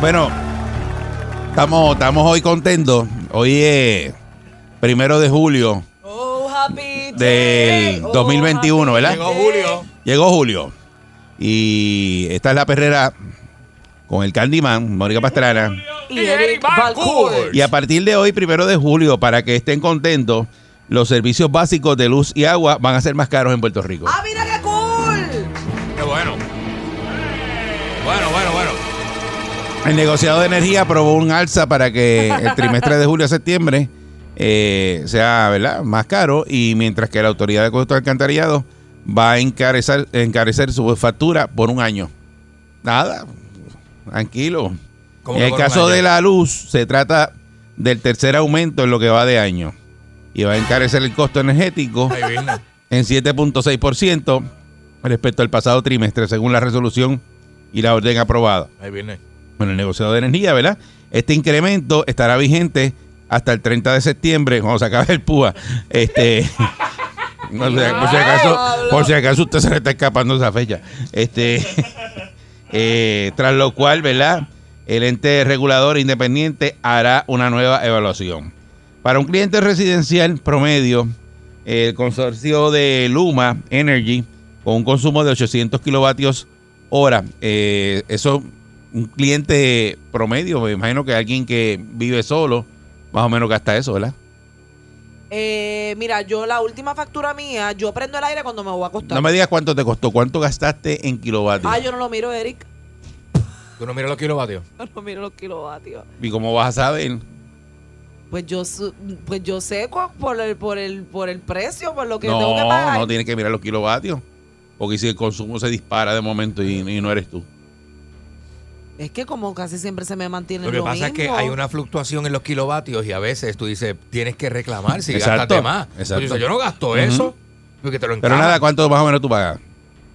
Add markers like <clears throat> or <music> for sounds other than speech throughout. Bueno, estamos, estamos hoy contentos. Hoy es primero de julio Oh, happy del 2021, ¿verdad? Oh, Llegó Julio. Llegó julio. Y esta es la perrera con el Candyman, Mónica Pastrana. Y Eric Y a partir de hoy, primero de julio, para que estén contentos, los servicios básicos de luz y agua van a ser más caros en Puerto Rico. ¡Ah, mira qué cool! Qué bueno. Bueno, bueno, bueno. El negociado de energía aprobó un alza para que el trimestre de julio a septiembre eh, sea ¿verdad? más caro y mientras que la autoridad de Costo Alcantarillado va a encarecer, encarecer su factura por un año. Nada, tranquilo. ¿Cómo En que el por un caso año? de la luz, se trata del tercer aumento en lo que va de año y va a encarecer el costo energético Ahí viene. en 7.6% respecto al pasado trimestre, según la resolución y la orden aprobada. Ahí viene. Bueno, el negociado de energía, ¿verdad? Este incremento estará vigente hasta el 30 de septiembre, cuando se acabe el púa. Este. no sé, por, si acaso, por si acaso usted se le está escapando esa fecha. Este. <laughs> eh, tras lo cual, ¿verdad? El ente regulador independiente hará una nueva evaluación. Para un cliente residencial promedio, el consorcio de Luma Energy, con un consumo de 800 kilovatios hora, eh, eso, un cliente promedio, me imagino que alguien que vive solo, más o menos gasta eso, ¿verdad? Eh, mira, yo la última factura mía, yo prendo el aire cuando me voy a acostar. No me digas cuánto te costó, cuánto gastaste en kilovatios Ah, yo no lo miro, Eric. <laughs> Tú no miras los kilovatios. Yo no miro los kilovatios. y cómo vas a saber. Pues yo, su- pues yo sé cu- por el, por el, por el precio, por lo que tengo que No, pagar. no tienes que mirar los kilovatios. Porque si el consumo se dispara de momento y, y no eres tú. Es que como casi siempre se me mantiene Lo que lo pasa es que mismo. hay una fluctuación en los kilovatios y a veces tú dices, tienes que reclamar si Exacto, gastaste más. Tú exacto. dices, yo no gasto eso. Porque te lo Pero encajan. nada, ¿cuánto más o menos tú pagas?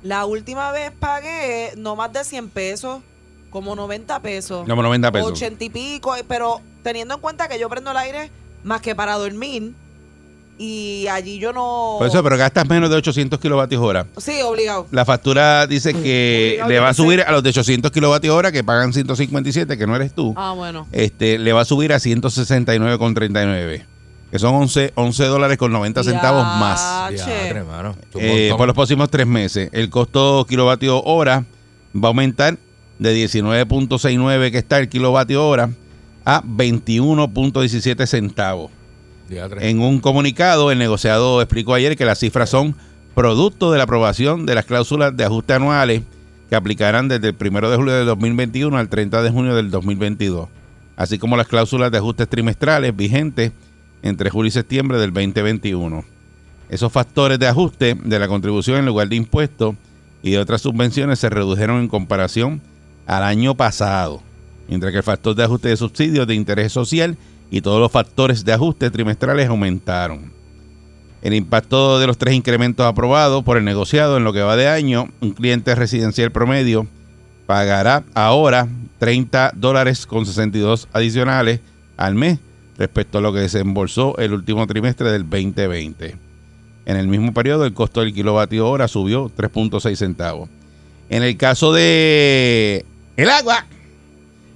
La última vez pagué no más de 100 pesos, como 90 pesos. Como 90 pesos. 80 y pico, eh, pero teniendo en cuenta que yo prendo el aire más que para dormir y allí yo no... Por eso, pero gastas menos de 800 kilovatios hora. Sí, obligado. La factura dice que Obligado, le va a yo sé. subir a los de 800 kilovatios hora que pagan 157, que no eres tú. Ah, bueno. Este, le va a subir a 169,39. Que son 11, 11 dólares con 90 centavos más. Diadre, mano. Es un Eh, montón. por los próximos tres meses. El costo kilovatio hora va a aumentar de 19.69 que está el kilovatio hora a 21.17 centavos. Diadre. En un comunicado, el negociado explicó ayer que las cifras son producto de la aprobación de las cláusulas de ajuste anuales que aplicarán desde el 1 de julio del 2021 al 30 de junio del 2022, así como las cláusulas de ajustes trimestrales vigentes entre julio y septiembre del 2021. Esos factores de ajuste de la contribución en lugar de impuestos y de otras subvenciones se redujeron en comparación al año pasado, mientras que el factor de ajuste de subsidios de interés social y todos los factores de ajuste trimestrales aumentaron. El impacto de los tres incrementos aprobados por el negociado en lo que va de año, un cliente residencial promedio pagará ahora 30 dólares con 62 adicionales al mes respecto a lo que desembolsó el último trimestre del 2020. En el mismo periodo el costo del kilovatio hora subió 3.6 centavos. En el caso de el agua,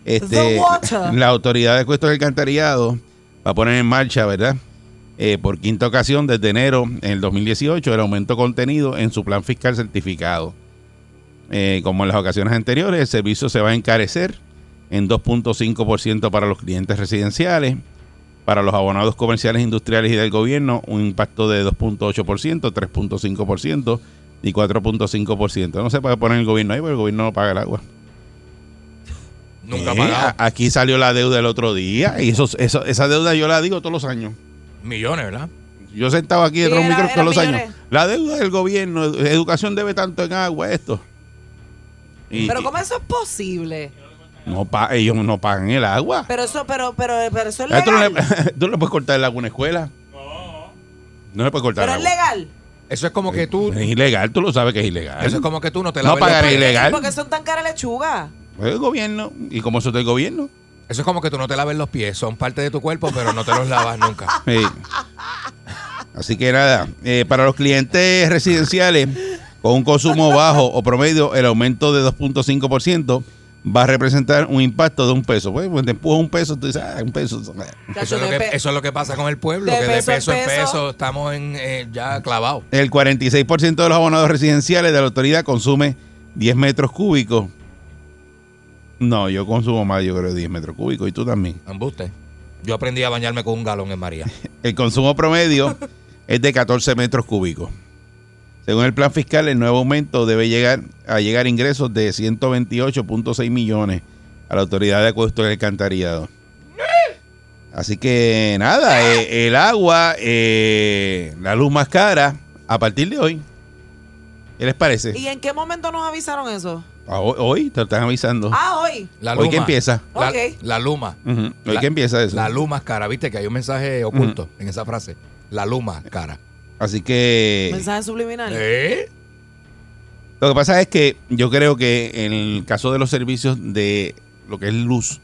este, The water. la autoridad de cuestos del alcantarillado va a poner en marcha, ¿verdad? Eh, por quinta ocasión desde enero del 2018 el aumento contenido en su plan fiscal certificado. Eh, como en las ocasiones anteriores, el servicio se va a encarecer en 2.5% para los clientes residenciales, para los abonados comerciales, industriales y del gobierno, un impacto de 2.8%, 3.5%, y 4.5%. No se puede poner el gobierno ahí porque el gobierno no paga el agua. Nunca ha Eh, pagado. a- Aquí salió la deuda el otro día y eso, eso- esa deuda yo la digo todos los años. Millones, ¿verdad? Yo sentaba aquí Sí, detrás de un era- micro era todos los años. millones. La deuda del gobierno, ed- educación debe tanto en agua, esto. Y- Pero y- ¿cómo eso es posible? no pa- ellos no pagan el agua. Pero eso, pero, pero, pero eso es Ah, ¿Tú no, legal. le, <laughs> tú no le puedes cortar el agua a una escuela? No. No le puedes cortar Pero el es agua. legal. Eso es como que tú. Es ilegal, tú lo sabes que es ilegal. Eso es como que tú no te No laves los pagaré. pies. legal. Porque son tan caras lechugas. El gobierno, y como eso es del gobierno. Eso es como que tú no te laves los pies. Son parte de tu cuerpo, pero no te los lavas <laughs> nunca. Sí. Así que nada, eh, para los clientes residenciales con un consumo bajo o promedio, el aumento de 2.5% va a representar un impacto de un peso. Pues, pues, te empuja un peso, tú dices, ah, un peso. Eso es, lo de que, pe- eso es lo que pasa con el pueblo, De que de peso en peso en peso. peso estamos en, eh, ya clavados. El 46% de los abonados residenciales de la autoridad consume 10 metros cúbicos. No, yo consumo más, yo creo, 10 metros cúbicos, y tú también. Embuste. Yo aprendí a bañarme con un galón en María. El consumo promedio es de 14 metros cúbicos. Según el plan fiscal, el nuevo aumento debe llegar a llegar ingresos de 128.6 millones a la autoridad de acuesto del alcantarillado. Así que nada, eh, el agua, eh, la luz más cara, a partir de hoy. ¿Qué les parece? ¿Y en qué momento nos avisaron eso? Ah, Hoy, hoy te lo están avisando. Ah, hoy. La luma. <laughs> Hoy que empieza. La, Ok. la luma. Ujú, Hoy La- que empieza eso. La luma es cara. Viste que hay un mensaje oculto en esa frase. La luma es cara. Así que... Mensaje subliminal. ¿Eh? Lo que pasa es que yo creo que en el caso de los servicios de lo que es luz,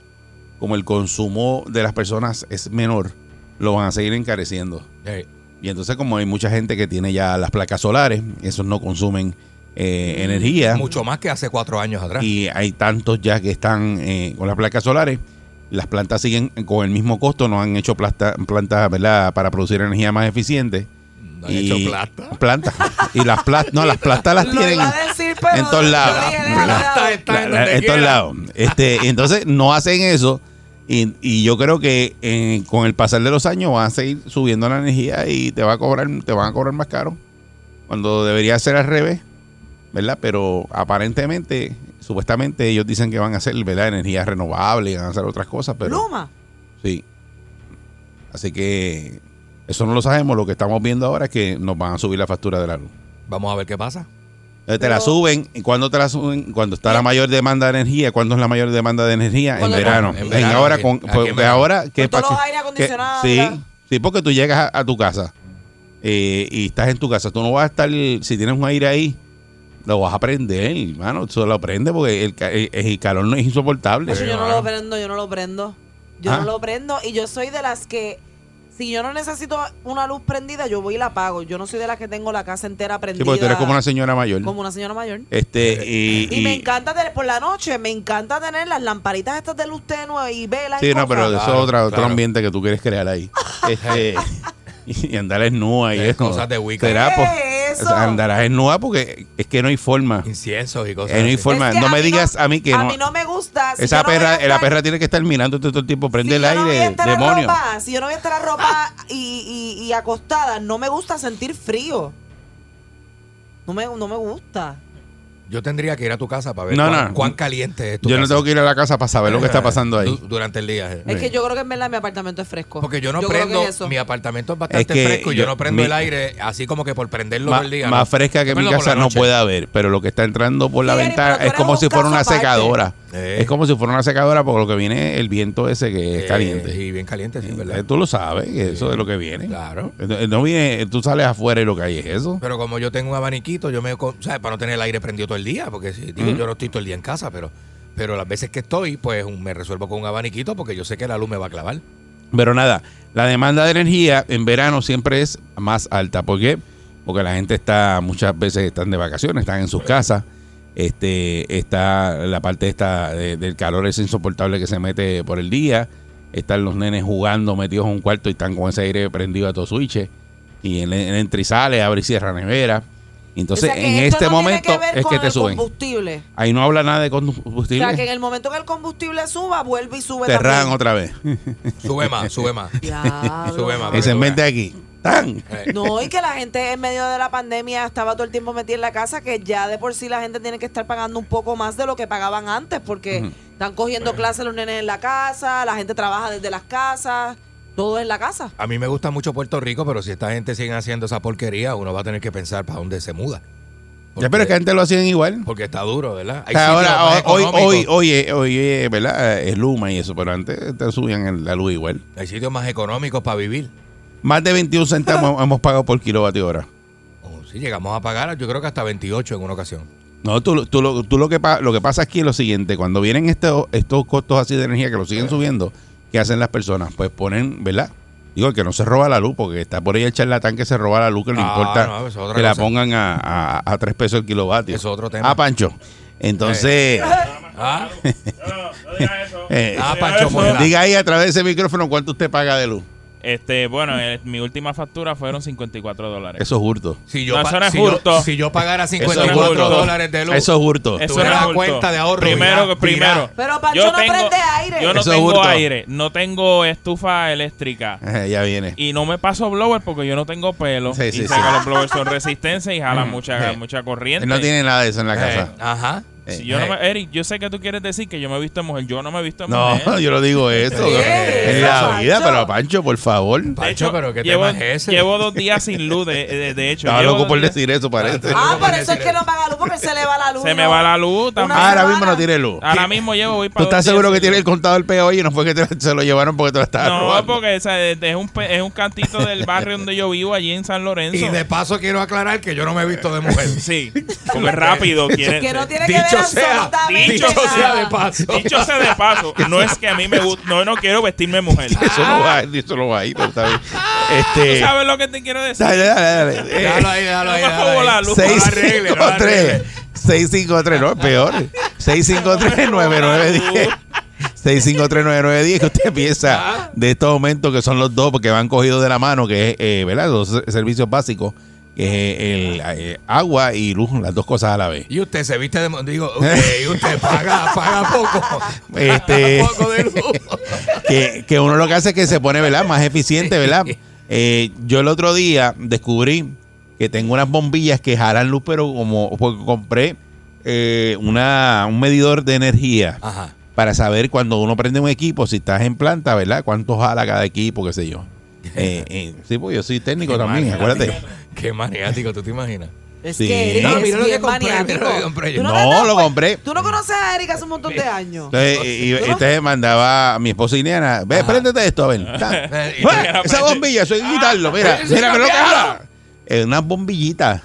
como el consumo de las personas es menor, lo van a seguir encareciendo. Eh, Y entonces como hay mucha gente que tiene ya las placas solares, esos no consumen eh, energía. Mm, Mucho más que hace cuatro años atrás. Y hay tantos ya que están eh, con las placas solares. Las plantas siguen con el mismo costo, no han hecho plasta- plantas ¿verdad? para producir energía más eficiente. No han y hecho plata. <laughs> Plantas. Y las plantas, no, las plantas las Lo tienen iba a decir, pero en todos lo lados. dije, déjalo, Plata déjalo. está- en donde la- la- en todos quiera. lados. Este, entonces no hacen eso. Y, y yo creo que eh, con el pasar de los años van a seguir subiendo la energía y te va a cobrar, te van a cobrar más caro. Cuando debería ser al revés, ¿verdad? Pero aparentemente, supuestamente ellos dicen que van a hacer, ¿verdad? Energía renovable, van a hacer otras cosas, pero Luma. sí. Así que eso no lo sabemos. Lo que estamos viendo ahora es que nos van a subir la factura de la luz. Vamos a ver qué pasa. Eh, Te la Pero- Eh. suben. ¿Y cuándo te la suben? Cuando está la mayor demanda de energía. ¿Cuándo es la mayor demanda de energía? En Cuando- verano. En En verano, ahora, sí. con, Aquí en porque verano. ahora que Con todos pa- los que- aire acondicionado, Sí, ¿verdad? sí, porque tú llegas a, a tu casa eh, y estás en tu casa. Tú no vas a estar, si tienes un aire ahí, lo vas a prender, hermano. Tú lo prendes porque el, ca- el- el calor no es insoportable. Oye, yo no mano. lo prendo, yo no lo prendo. Yo Ah. no lo prendo y yo soy de las que si yo no necesito una luz prendida, yo voy y la apago. Yo no soy de las que tengo la casa entera prendida. Sí, porque tú eres como una señora mayor. como una señora mayor. Este, y, Eh, Y, me encanta tener, por la noche, me encanta tener las lamparitas estas de luz tenue y velas. y Sí, no, cosas. pero eso Claro, es otra, otro claro. ambiente que tú quieres crear <laughs> ahí. Este, y andar en nua y Eh, eso. cosas de Wicca. Será, pues, ¿Qué es eso? Andarás en nua porque es que no hay forma. Inciensos y cosas. Eh, no hay así. forma. Es que no a me mí digas a mí que a no. mí no me gusta. Si Esa yo no voy a perra, la estar- perra tiene que estar mirando todo el tiempo, prende si el yo no voy a aire, estar demonio. Ah. arropada, si yo no voy a estar ropa y, y, y acostada, no me gusta sentir frío. No me, no me gusta. Yo tendría que ir a tu casa para ver No, cuán, no. cuán caliente es tu Yo no casa. Eh, tengo que ir a la casa para saber lo que está pasando ahí. Du- Durante el día. eh. Sí. Es que yo creo que en verdad mi apartamento es fresco. Porque yo no creo prendo, que es eso. mi apartamento es bastante Es que fresco y yo, yo- no prendo mi- el aire así como que por prenderlo Ma- todo el día. más ¿no? fresca que Yo mi prendo por casa la no noche. puede haber, pero lo que está entrando por la Sí, Eric, ventana pero tú es eres como un si fuera una caso aparte. secadora. Eh. Es como si fuera una secadora por lo que viene el viento ese que es Eh, caliente. Y bien caliente, sí, Eh, ¿verdad? Tú lo sabes, que eso es lo que viene. Claro. No, no viene, tú sales afuera y lo que hay es eso. Pero como yo tengo un abaniquito, yo me. co- ¿Sabes? Para no tener el aire prendido todo el día, porque si, digo, yo no estoy todo el día en casa, pero. Pero las veces que estoy, pues un- me resuelvo con un abaniquito porque yo sé que la luz me va a clavar. Pero nada, la demanda de energía en verano siempre es más alta. ¿Por qué? Porque la gente está, muchas veces están de vacaciones, están en sus casas. Este, está la parte esta de- del calor es insoportable que se mete por el día. Están los nenes jugando metidos en un cuarto y están con ese aire prendido a todo switch. Y en, en entra y sale, abre y cierra nevera. Entonces, O sea, que en esto este no tiene momento ver es con que te el suben. combustible. Ahí no habla nada de O combustible. sea, que en el momento que el combustible suba, vuelve y sube te también. ran otra vez. <laughs> Sube más, sube más. Diablo. Sube Eh, más. Dicen, vente aquí. tan. <laughs> No, y que la gente en medio de la pandemia estaba todo el tiempo metida en la casa, que ya de por sí la gente tiene que estar pagando un poco más de lo que pagaban antes, porque están cogiendo clases los nenes en la casa, la gente trabaja desde las casas, todo en la casa. A mí me gusta mucho Puerto Rico, pero si esta gente sigue haciendo esa porquería, uno va a tener que pensar para dónde se muda. Ya, pero es que antes lo hacían igual. Porque está duro, ¿verdad? O sea, sitios ahora, más hoy, hoy, económicos- hoy, hoy, eh, hoy, eh, ¿verdad? Eh, Es Luma y eso, pero antes te subían el- la luz igual. Hay sitios más económicos para vivir. Más de 21 centavos <laughs> hemos pagado por kilovatio hora. Oh, sí, llegamos a pagar, yo creo que hasta 28 en una ocasión. No, tú, lo- tú lo- tú lo, que pa- lo que pasa aquí es lo siguiente, cuando vienen estos, estos costos así de energía que lo siguen subiendo, ¿qué hacen las personas? Pues ponen, ¿verdad? Digo, el que no se roba la luz, porque está por ahí el charlatán que se roba la luz, que no Ah, importa no, eso es otra que la cosa. pongan a, a, a 3 pesos el kilovatio. Eso es otro tema. Ah, Pancho. Entonces, Ah, <laughs> eh, ah, Pancho, pues, la- diga ahí a través de ese micrófono cuánto usted paga de luz. <laughs> Este, bueno, el- mi última factura fueron 54 dólares. Eso es hurto. si, yo No, pa- eso no es si, yo, hurto. si yo pagara es 54 hurto. dólares de luz, Eso es hurto. Eso tuvieras era la bulto. cuenta de ahorro, Primero, mirá, primero. mirá. Pero Pancho no prende aire. Yo no Eso es tengo hurto. aire, no tengo estufa eléctrica. Eh, ya viene. Y no me paso blower porque yo no tengo pelo. Sí, y sí, sé sí. que los blowers son resistentes y jalan mucha, Sí. mucha corriente. Él no tiene nada de eso en la Eh, casa. ajá. Si yo no Eh. me- Eric, yo sé que tú quieres decir que yo me he visto de mujer. Yo no me he visto de mujer. No, <laughs> yo lo digo eso. Sí, En eso, la Pancho. vida, pero Pancho, por favor. De Pancho, pero ¿qué llevo, tema es ese? Llevo dos días sin luz, de, de- de hecho. Estaba llevo loco dos por días- decir eso, parece. Ah, por eso es que no paga luz, porque se le va la luz. Se me ¿no? va la luz también. Una Ah, Ahora semana. mismo no tiene luz. Ahora mismo llevo, voy para ¿Tú estás dos días seguro que sin tiene luz. el contador pegado y no fue que te- se lo llevaron porque te lo <laughs> estabas No, robando? porque o sea, es, es un, pe- es un cantito del barrio donde yo vivo, allí en San Lorenzo. Y de paso quiero aclarar que yo no me he visto de mujer. <laughs> <laughs> Sí, porque es rápido. quiere- Que no tiene que ver dicho sea, absolutamente dicho nada. sea de paso. Dicho sea de <laughs> paso, no es que a mí me gusta, no, no quiero vestirme mujer. Eso no va, eso no va a ir, no está bien. ¿Tú Este, sabes lo que te quiero decir? dale, dale, <laughs> dale. Eh, Déjalo ahí, déjalo ahí. No me déjalo acabó ahí. la luz. seis, No la arregle, no la cinco, tres. arregle. 653, no, es peor. 653-9910. 653-9910, que usted Ah. piensa de estos momentos que son los dos, porque van cogidos de la mano, que es, eh, ¿verdad? Los ser- servicios básicos, que es el eh, agua y luz, las dos cosas a la <laughs> vez. Y usted se viste de. mu- <laughs> Digo, usted, y usted paga, paga poco. Este, Paga poco de <laughs> luz. que, que uno lo que hace es que se pone, ¿verdad? Más eficiente, ¿verdad? Eh, yo el otro día descubrí que tengo unas bombillas que jalan luz, pero como porque compré eh, una, un medidor de energía Ajá. para saber cuando uno prende un equipo, si estás en planta, ¿verdad? Cuánto jala cada equipo, qué sé <laughs> yo. Eh, eh, sí, pues yo soy técnico Qué también, mal. acuérdate. Qué maniático, ¿tú te imaginas? Es Sí. que Eric No, es mira lo que bien compré, mira lo que maniático. compré yo. <laughs> ¿Tú te No, has dado lo cuenta? compré. Tú no conoces a Eric hace un montón de años. Entonces, y, y- ¿Tú no? entonces mandaba, mi esposa Ileana, ve, Ajá. préndete esto, a ver. Ta. Eh, <laughs> y- ¡Ah! Esa bombilla, soy quitarlo, mira, <laughs> sí, mira que lo que cambiarlo. jala. Es Eh, unas bombillitas.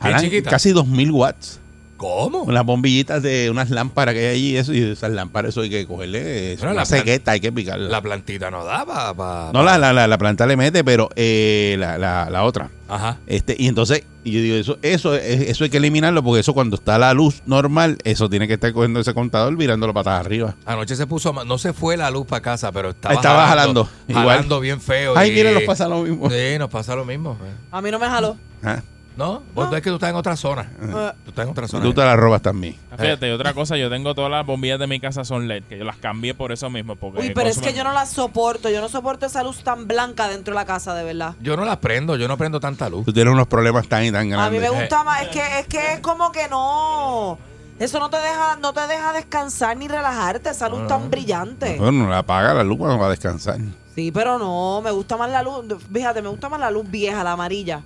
Jalan chiquita. casi 2000 watts. ¿Cómo? Unas bombillitas de unas lámparas que hay allí, eso, y esas lámparas, eso hay que cogerle. eh, Es Bueno, una la plan- sequeta, hay que picarla. La plantita no da para. no, la, la, la, la planta le mete, pero eh, la, la, la otra. Ajá. Este, y entonces, y yo digo, eso, eso, es- eso hay que eliminarlo, porque eso cuando está la luz normal, eso tiene que estar cogiendo ese contador, virándolo patas arriba. Anoche se puso. ma- No se fue la luz para casa, pero estaba. Estaba jalando, Jalando, igual. bien feo. Ay, y- mira, nos pasa lo mismo. Sí, nos pasa lo mismo. eh. A mí no me jaló. Ajá. ¿No? Vos es que tú estás en otra zona. Eh. Tú estás en otra zona. Tú te la robas también. Fíjate, y otra cosa, yo tengo todas las bombillas de mi casa son LED, que yo las cambié por eso mismo. Porque Uy, pero es consumen- que yo no la soporto. Yo no soporto esa luz tan blanca dentro de la casa, de verdad. Yo no las prendo, yo no prendo tanta luz. Tú tienes unos problemas tan y tan A grandes. mí me eh, gusta más. Es que es, que es como que no. Eso no te deja no te deja descansar ni relajarte. Esa luz Ah. tan Eh. brillante. Bueno, la apaga la luz cuando va a descansar. Sí, pero no. Me gusta más la luz. Fíjate, me gusta más la luz vieja, la amarilla.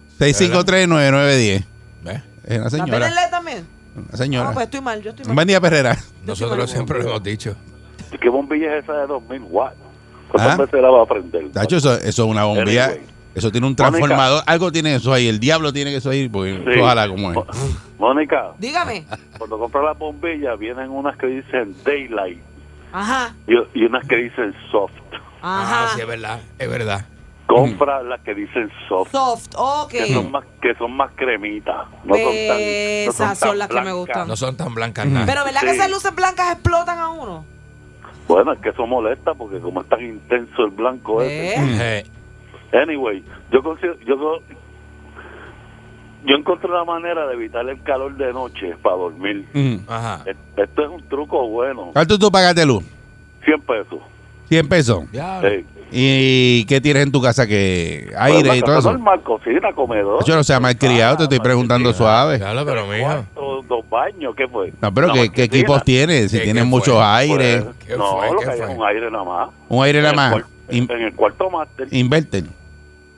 653-9910. ¿Ves? Es una ¿La señora. tienes LED también? Una No, señora. pues estoy mal. Yo estoy mal. Buen día, Perrera. Nosotros siempre lo hemos dicho. ¿Qué bombilla es esa de 2000 watts? ¿Cuántas Ah. veces la va a prender? Tacho, eso, eso es una bombilla. Anyway. Eso tiene un Mónica. transformador. Algo tiene eso ahí. El diablo tiene que eso ahí. Porque Sí. ojalá como es. Mo- Mónica, Dígame. cuando compras las bombillas vienen unas que dicen daylight Ajá. y, y unas que dicen soft. Ah, Ajá. sí, es verdad, es verdad. Mm. Compra las que dicen soft, Soft. Ok. Ah. que son más que son más cremitas. No son tan, no Esas tan son las que me blancas. gustan. No son tan blancas nada. Pero ¿verdad que Sí. esas luces blancas explotan a uno? Bueno, es que eso molesta porque como es tan intenso el blanco ese. Mm. ¿Eh? Eh, Anyway, yo consigo- yo co- yo encontré una manera de evitar el calor de noche para dormir. Mm. ajá. E- Esto es un truco bueno. ¿Cuánto tú pagaste luz? 100 pesos. 100 pesos. Diablo. Sí. ¿Y qué tienes en tu casa que Pero aire una y todo Pues, casa eso? normal, cocina, comedor. Yo no sea malcriado, te estoy preguntando suave. Claro, pero mija. Cuarto, dos baños, ¿qué fue? No, pero Una ¿qué, qué marquesina, equipos tienes? Si ¿Qué- tienes qué muchos fue? aires, pues, ¿Qué no, fue? lo ¿Qué que hay fue? es un aire nada más. un aire nada En el más, cuar- in- En el cuarto máster, eh, inverter.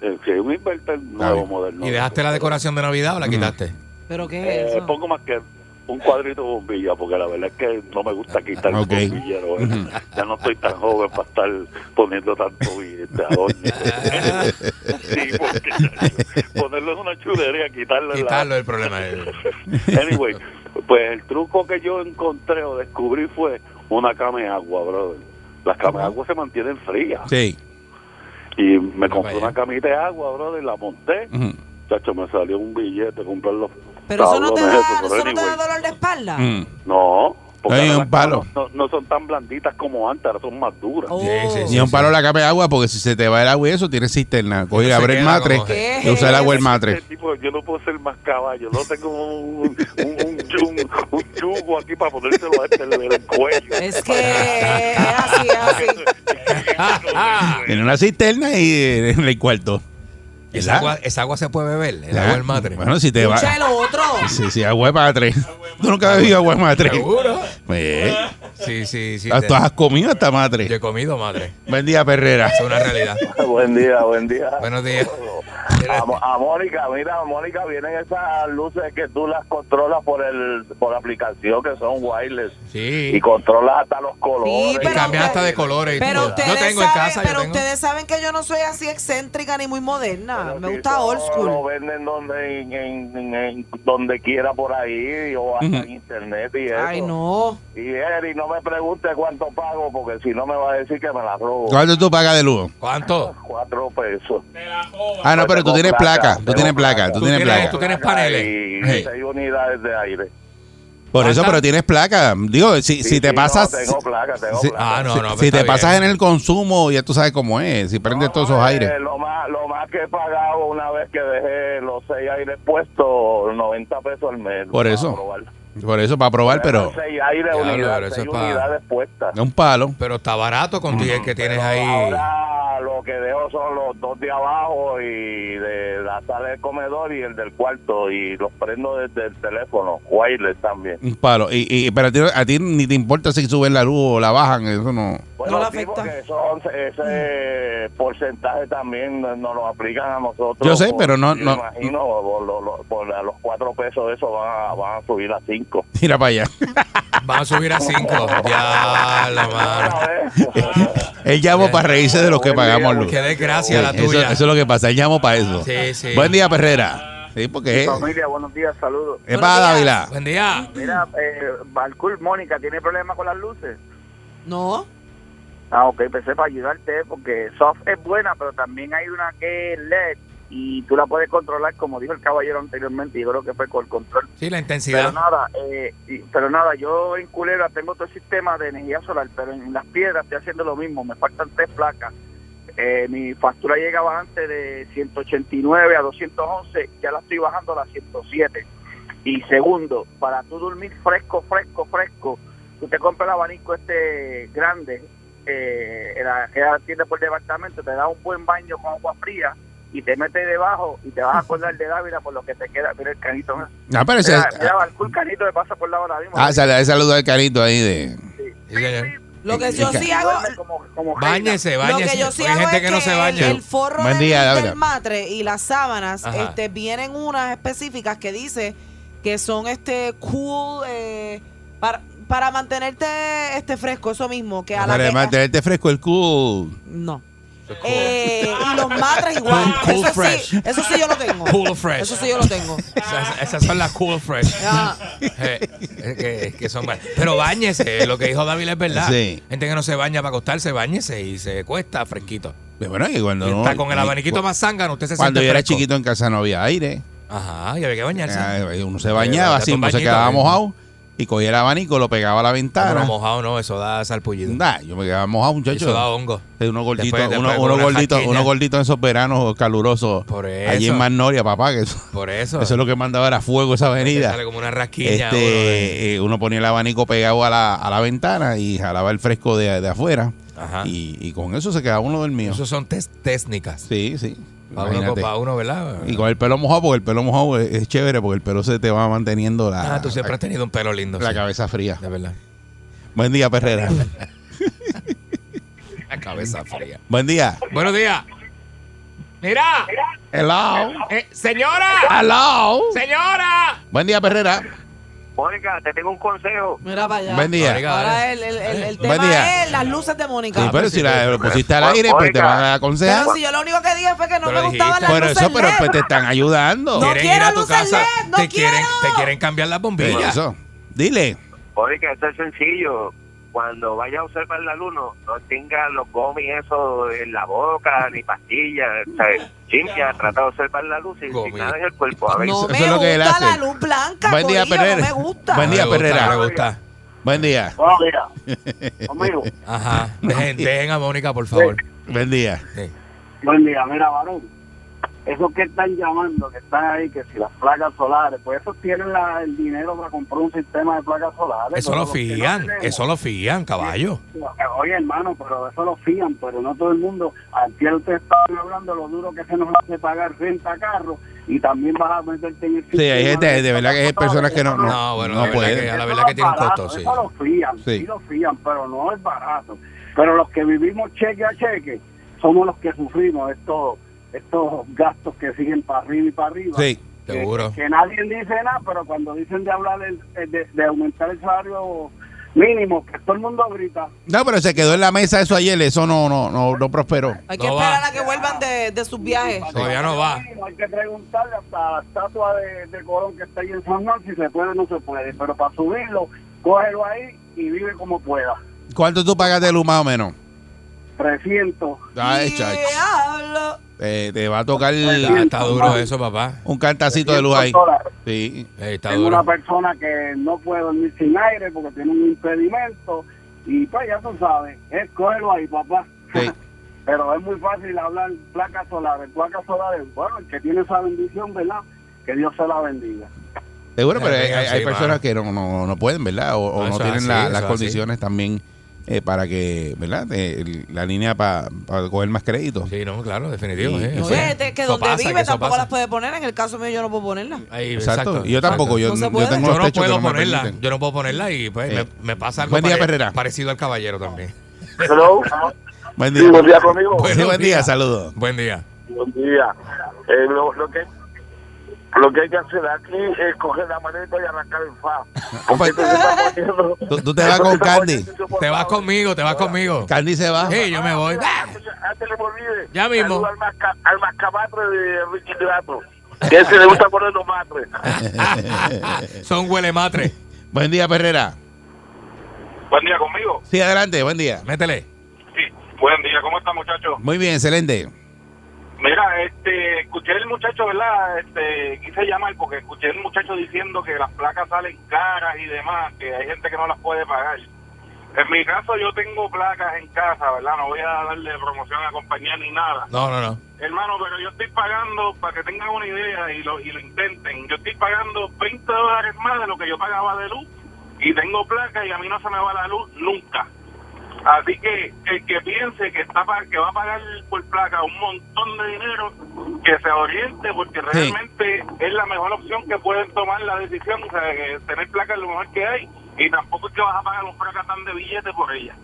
Eh, sí, un inverter nuevo, moderno. ¿Y dejaste la decoración de Navidad o la Ujú. quitaste? ¿Pero qué es Eh, eso? pongo más que un cuadrito de bombilla, porque la verdad es que no me gusta quitar Ok. el bombillero. eh. Ya no estoy tan joven para estar poniendo tanto billete adorno. <laughs> sí, porque chacho, ponerlo en una chulería, quitarlo. en la- Quitarlo el problema. es- <laughs> Anyway, pues el truco que yo encontré o descubrí fue una cama de agua, brother. Las camas de agua se mantienen frías. Sí. Y me compré vaya. una camita de agua, brother, la monté. Ujú. Chacho, me salió un billete comprar los Pero eso no te da, tablones esos, pero eso no te da anyway. dolor de espalda. Mm. No, porque No, ni ahora un las palo. camas No, no son tan blanditas como antes, ahora son más duras. Oh. Sí, sí, sí, Ni un sí. palo la capa de agua, porque si se te va el agua y eso, tienes cisterna. Coge, se abre el queda matre como- ¿Qué y usa el es agua el Este matre. tipo, yo no puedo ser más caballo, no tengo un, un, un, yun- un yugo aquí para ponérselo a este en el cuello. Es que es así, es así. Tiene una cisterna y eh, en el cuarto. Esa agua, esa agua se puede beber, el Ya. agua del matre. Mm, Bueno, si te va. Escucha lo otro. Sí, sí, agua de matre. Tú nunca has bebido agua de matre. ¿Seguro? Eh, <laughs> Sí, sí, sí. te- Ah, Tú has comido hasta Yo matre. he comido madre. Buen día, Perrera. Es una realidad. <laughs> Buen día, buen día. Buenos días. A, Mo- a Mónica, mira, a Mónica vienen esas luces que tú las controlas por el por aplicación que son wireless Sí. y controlas hasta los colores. Sí, Y cambias hasta de aunque- colores. y Pero todo. ustedes, yo tengo en saben, casa, yo pero tengo. ustedes saben que yo no soy así excéntrica ni muy moderna. Pero Me si gusta old eso Lo school. venden donde en, en- en- donde quiera por ahí o hasta en internet y eso. Ay, no. Y Eri, no me pregunte cuánto pago porque si no me va a decir que me la robo. ¿Cuánto tú pagas de luz? ¿Cuánto? Cuatro pesos. Ah, no, pero tú tienes placa. Tú tienes placa. Tú Tú tienes tienes- placa. tú tienes paneles. Y Hey. seis unidades de aire. Por eso, ¿Cuánta? pero tienes placa. Digo, si, Sí, si te sí, no, pasas. tengo placa, tengo si- placa. Ah, no, no. si pero te está pasas bien. en el consumo, ya tú sabes cómo es. Si prendes No, todos no, esos eh, aires. Lo más, lo más que he pagado una vez que dejé los seis aires puestos, 90 pesos al mes. Por para eso. probar. Por eso, para probar, pero. Seis aires, Diablo, unidad- pero eso seis es pa- unidades puestas. Un palo. Mm. Pero está barato con ti el que tienes ahí. Ahora lo que dejo son los dos de abajo y de la sala del comedor y el del cuarto y los prendo desde el teléfono, wireless también. Un palo. Y, y, pero a ti, a ti ni te importa si suben la luz o la bajan, eso no. Bueno, No le sí, afecta. Mm. porque son- ese porcentaje también nos nos lo aplican a nosotros. Yo sé, por- pero no- yo no- imagino, por, lo- lo- por a los cuatro pesos eso van a, van a subir a cinco. Mira para allá. <laughs> Van a subir a 5. Ya, la mano. Él llamó Bien. para reírse de los que Buen día, pagamos luz. Qué Sí, desgracia la eso, tuya. eso es lo que pasa. Él llamó para eso. Sí, sí. Buen día, Perrera. Sí, porque es, Familia, buenos días, saludos. es para Dávila. Buen día. Mira, eh, Balcourt, Mónica, ¿tiene problemas con las luces? No. Ah, ok, pensé para ayudarte, porque soft es buena, pero también hay una que es LED y tú la puedes controlar, como dijo el caballero anteriormente, y yo creo que fue con el control Sí, la Pero intensidad. nada, eh, y- pero nada, yo en Culebra tengo todo el sistema de energía solar, pero en las piedras estoy haciendo lo mismo, me faltan tres placas. Eh, mi factura llegaba antes de 189 a 211, ya la estoy bajando a la 107. Y segundo, para tú dormir fresco, fresco, fresco, tú te compras el abanico este grande, eh, en la- que atiende por departamento, te da un buen baño con agua fría y te metes debajo y te vas a acordar de Dávila por lo que te queda. Mira el canito. ¿no? Ah, pero ese- Mira, mira, Balcour Canito le pasa por la ahora mismo. ah, sal- saludo al carito ahí de. Sí, señor. Lo que Pues yo Sí, sí Y hago. duerme como- como reina. Báñese, Lo báñese. que yo sí Hay hago gente es que no se el- baña. El, forro Buen del- día, del, Dávila. matre y las sábanas Ajá. este, vienen unas específicas que dice que son este cool eh, para, para mantenerte este fresco, eso mismo. Que a la Para que- mantenerte fresco el cool. No. Cool. Eh, y los matres igual. Cool eso, sí, fresh. eso sí yo lo tengo. Cool fresh. Eso sí yo lo tengo. Esas, esas son las cool fresh. <laughs> Ah. Eh, eh, que, que son buenas. Pero bañese, lo que dijo David es verdad. Sí. Gente que no se baña para acostarse, bañese y se cuesta fresquito. Pero bueno, que cuando Y no- está con el y- abaniquito más zángano, usted se Cuando siente yo era fresco. chiquito en casa no había aire. Ajá, y había que bañarse. Ah, uno se bañaba Date así, Eh, un uno se bañito, quedaba eh. mojado y cogía el abanico, lo pegaba a la Ah, pero ventana. mojado no, eso da salpullido. Nah, yo me quedaba mojado, eso da muchacho. hongo. Sí, Unos gorditos, Después- unos después unos una gorditos, jaqueña. unos gorditos en esos veranos calurosos. Por Allí eso. en Magnolia, papá, que eso, Por eso. eso es lo que mandaba era fuego esa Te avenida. Sale como una rasquilla. uno de- Este, eh, uno ponía el abanico pegado a la, a la ventana y jalaba el fresco de, de afuera. Ajá. Y, y con eso se queda uno dormido. Eso son test técnicas. Sí, sí. Para uno, Imagínate. pa' uno, ¿verdad? Y con el pelo mojado, porque el pelo mojado es, es chévere, porque el pelo se te va manteniendo la, Ah, tú siempre has tenido un pelo lindo. la sí. cabeza fría. De verdad. Buen día, Perrera. La cabeza fría. Buen día. Buenos días. Mira, Eh, Hello. señora, Hello. señora. Buen día, Perrera. Mónica, te tengo un consejo. Mira para allá. Buen día. Ahora el, el, el, el Buen tema día. es las luces de Sí, Mónica. pero si la, lo pusiste al aire, pues te van a aconsejar. Pero si yo lo único que dije fue que no Pero me gustaban las Por luces eso, pero LED. pues te están ayudando. No quiero luces LED, no te quieren, quiero. te quieren cambiar las Por bombillas. eso. Dile. Mónica, esto es sencillo. Cuando vaya a observar al alumno, no tenga los gomis eso en la boca, ni pastillas. <laughs> O sea, Cintia, trata de observar la luz sin, sin Gomis. nada en el cuerpo. A ver, No Eso- me eso es lo que él gusta hace. la luz blanca, Buen día, corillo, Pereira. no me gusta. Buen día, Me gusta, Perrera. Me gusta. Buen día. No, oh, mira, conmigo. Ajá. Dejen, dejen a Mónica, por favor. Buen día. Sí. Buen día, mira, varón. Eso que están llamando, que están ahí, que si las placas solares, pues esos tienen la- el dinero para comprar un sistema de placas solares. Eso pero lo los que no fían, tenemos- eso lo fían, caballo. Oye, hermano, pero eso lo fían, pero no todo el mundo. Antier ustedes estaban hablando lo duro que se nos hace pagar renta a carro y también vas a meterte en el Sí, hay gente, de verdad que hay personas que no, no, No, bueno, no la verdad pueden. que- la Eso verdad no que es tiene un barato, costo, sí. Eso lo fían, sí. Sí. lo fían, pero no es barato. Pero los que vivimos cheque a cheque somos los que sufrimos estos, estos gastos que siguen para arriba y para arriba. Sí. Que- Seguro. Que, nadie dice nada, pero cuando dicen de hablar del- eh, de, de aumentar el salario mínimo, que todo el mundo grita. No, pero se quedó en la mesa eso ayer, eso no, no, no, no prosperó. Hay que No esperar va. a que vuelvan de, de sus viajes. Todavía no va. Hay que preguntarle hasta la estatua de, de Colón que está ahí en San Juan si se puede o no se puede. Pero para subirlo, cógelo ahí y vive como pueda. ¿Cuánto tú pagas de luz más o menos? 300. Ay, chacho. Diablo. Eh, te va a tocar Ah, un está duro eso, papá. cantacito de luz ahí. 300 dólares. Sí. Eh, está Tengo una duro. persona que no puede dormir sin aire porque tiene un impedimento. Y pues ya tú sabes, es cógelo ahí, papá. Sí. Pero es muy fácil hablar placas solares, placas solares. Bueno, el que tiene esa bendición, ¿verdad? Que Dios se la bendiga. Seguro, pero Sí, hay, hay Eh, sí, personas mano. que no, no, no pueden, ¿verdad? O, o No, no eso es tienen así, la- eso las es condiciones también eh, para que, ¿verdad? Eh, el- la línea para coger más crédito. Sí, no, claro, definitivo. Sí. eh, No, eso- fíjate que eso donde pasa, que vive eso tampoco pasa. las puede poner. En el caso mío yo no puedo ponerlas. Ahí, Exacto. exacto, Yo exacto. tampoco, yo, No se yo puede. tengo Yo los no techos que puedo no me ponerla. permiten. Yo no puedo ponerla y pues, Eh. me, me pasa algo Buen día, pare- Perrera. parecido al caballero también. Hello. Buen Sí, buen día. día conmigo. Sí, buen día, días. saludos. Buen día. Buen día. Eh, lo, lo que lo que hay que hacer aquí es coger la maneta y arrancar el fa. Compa- Tú- tú te vas con Candy. Te vas conmigo, te vas conmigo. Candy se va. Sí, yo me voy. Antes este le me olvide. Ya mismo. Saluda Al, masca, al mascamatre de Richie Grato. Que ese le gusta poner los matres. <laughs> Son huele matre. Buen día, Perrera. Buen día conmigo. Sí, adelante, buen día. Métele. Sí, buen día. ¿Cómo está, muchachos? Muy bien, excelente. Mira, este, escuché el muchacho, ¿verdad? Este, quise llamar porque escuché el muchacho diciendo que las placas salen caras y demás, que hay gente que no las puede pagar. En mi caso, yo tengo placas en casa, ¿verdad? No voy a darle promoción a la compañía ni nada. No, no, no. Hermano, pero yo estoy pagando, para que tengan una idea y lo, y lo intenten, yo estoy pagando 20 dólares más de lo que yo pagaba de luz y tengo placa y a mí no se me va la luz nunca. Así que el que piense que está pa- que va a pagar por placa un montón de dinero, que se oriente porque realmente es la mejor opción que pueden tomar la decisión. O sea, que tener placa es lo mejor que hay y tampoco es que vas a pagar un fracatán de billetes por ella.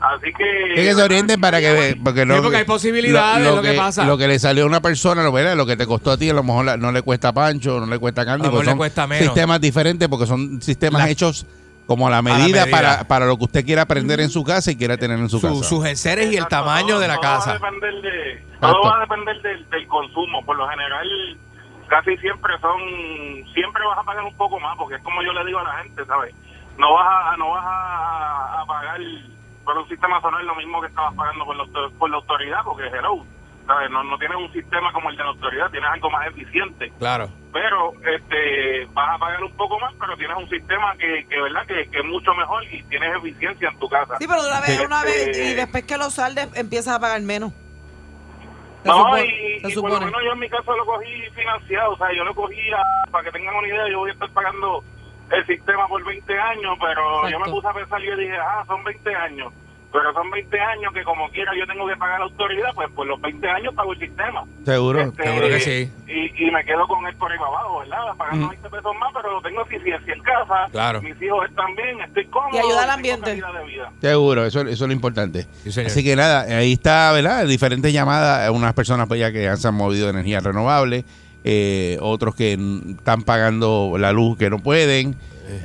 Así que... Es que se orienten para que ve- porque Sí, porque hay posibilidades, lo que pasa. Lo que le salió a una persona, lo, ¿verdad? lo que te costó a ti, a lo mejor la- no le cuesta a Pancho, no le cuesta a A Candy, lo mejor porque le son cuesta menos. sistemas diferentes, porque son sistemas La- hechos como a la medida, medida. Para, para lo que usted quiera aprender en su casa y quiera tener en su, Su- casa. sus enseres y el tamaño todo- de la todo casa. Va a depender de, todo va a depender del, del consumo. Por lo general, casi siempre son, siempre vas a pagar un poco más, porque es como yo le digo a la gente, ¿sabes? No vas a, no vas a, a pagar por un sistema solar lo mismo que estabas pagando por la, auto- por la autoridad, porque hello, ¿sabes? No, no tienes un sistema como el de la autoridad, tienes algo más eficiente Claro. <laughs> pero este vas a pagar un poco más pero tienes un sistema que, que verdad que, que es mucho mejor y tienes eficiencia en tu casa Este, Sí, pero de una vez, Sí. una vez Eh. y después que lo saldes empiezas a pagar menos. Se No, supone- y, se y por lo supone. menos yo en mi caso lo cogí financiado, o sea, yo lo cogí, a- para que tengan una idea, yo voy a estar pagando el sistema por 20 años, pero yo Exacto. me puse a pensar y yo dije, ah, son 20 años. Pero son 20 años que como quiera yo tengo que pagar la autoridad, pues por los 20 años pago el sistema. Seguro. Este, seguro que sí. Y, y me quedo con él por ahí para abajo, ¿verdad? Mm. Pagando 20 pesos más, pero lo tengo eficiencia en casa. Claro. Mis hijos están bien, estoy cómodo. Y ayuda al tengo ambiente. calidad de vida. Seguro, eso, eso es lo importante. Sí, señor. Así que nada, ahí está, ¿verdad? Diferentes llamadas, unas personas pues ya que ya se han movido de energía renovable, eh, otros que n- están pagando la luz que no pueden.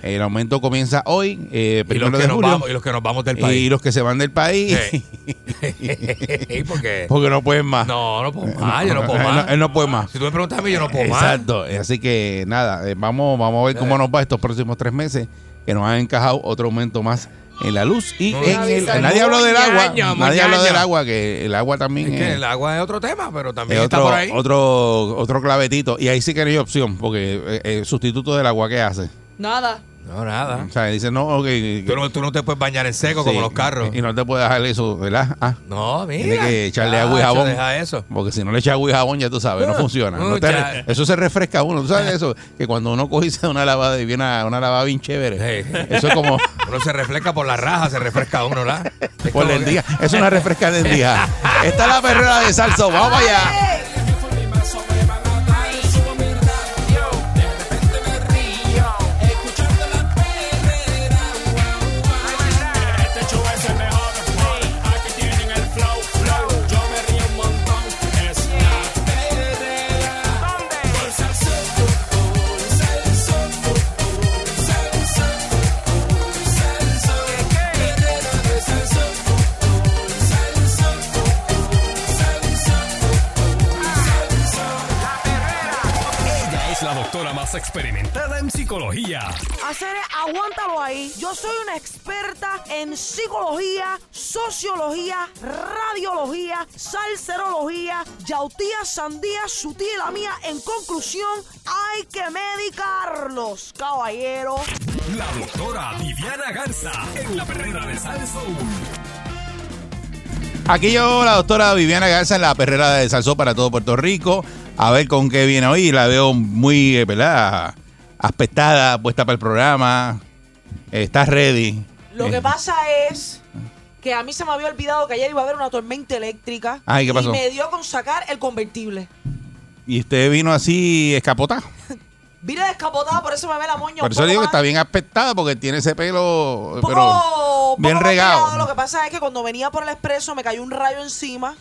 El aumento comienza hoy, eh, Eh. Y los, primero que de nos julio. vamos, y los que nos vamos del y país. los que se van del país, Sí. Sí, porque <laughs> porque no pueden más. no, no puedo más, yo no puedo él más. él no puede más. Si tú me preguntas a mí, yo no puedo más. Exacto. Así que nada, eh, vamos, vamos a ver cómo nos va estos próximos tres meses, que nos han encajado otro aumento más en la luz y No, en el, avisa, nadie no, habló del moñaño, agua, nadie moñaño. habló del agua, que el agua Es también que es, el agua es otro tema, pero Eh. es también está otro, por ahí. otro, otro clavetito. Y ahí sí que no hay opción, porque eh, el sustituto del agua que hace. Nada. No, nada. O sea, dice, no, ok. Tú no, tú no te puedes bañar en seco como sí, los carros. Y no te puedes dejar eso, ¿verdad? Ah, No, mira. Tiene que echarle agua y Chacho, jabón. Deja eso. Porque si no le echas agua y jabón, ya tú sabes, no Ah, funciona. No te- mucha- eso se refresca a uno. ¿Tú sabes eso? Que cuando uno coge y se da una lavada y viene a- una lavada bien chévere. Sí. Eso es como Uno se refresca por la raja, se refresca uno, ¿verdad? Es por como el que- día. Es una refresca del día. Está la perrera de salsa. Vamos allá. Ella es la doctora más experimentada en psicología. Hacer, aguántalo ahí. Yo soy una experta en psicología, sociología, radiología, salserología, yautía, sandía, su tía y la mía. En conclusión, hay que medicarlos, caballero. La doctora Viviana Garza en la perrera de Salsoul. Aquí yo, la doctora Viviana Garza, en la perrera de salsa para todo Puerto Rico. A ver con qué viene hoy. La veo muy, eh, ¿verdad? Aspectada, puesta para el programa. Eh, Está ready. Lo Eh, que pasa es que a mí se me había olvidado que ayer iba a haber una tormenta eléctrica. Ay, Ah, ¿qué pasó? Y me dio con sacar el convertible. Y usted vino así escapotado. Vine descapotada, por eso me ve la moña. un Por eso poco digo que más. está bien aspectada porque tiene ese pelo Poco- pero poco bien regado. golpeado. Lo que pasa es que cuando venía por el expreso me cayó un rayo encima.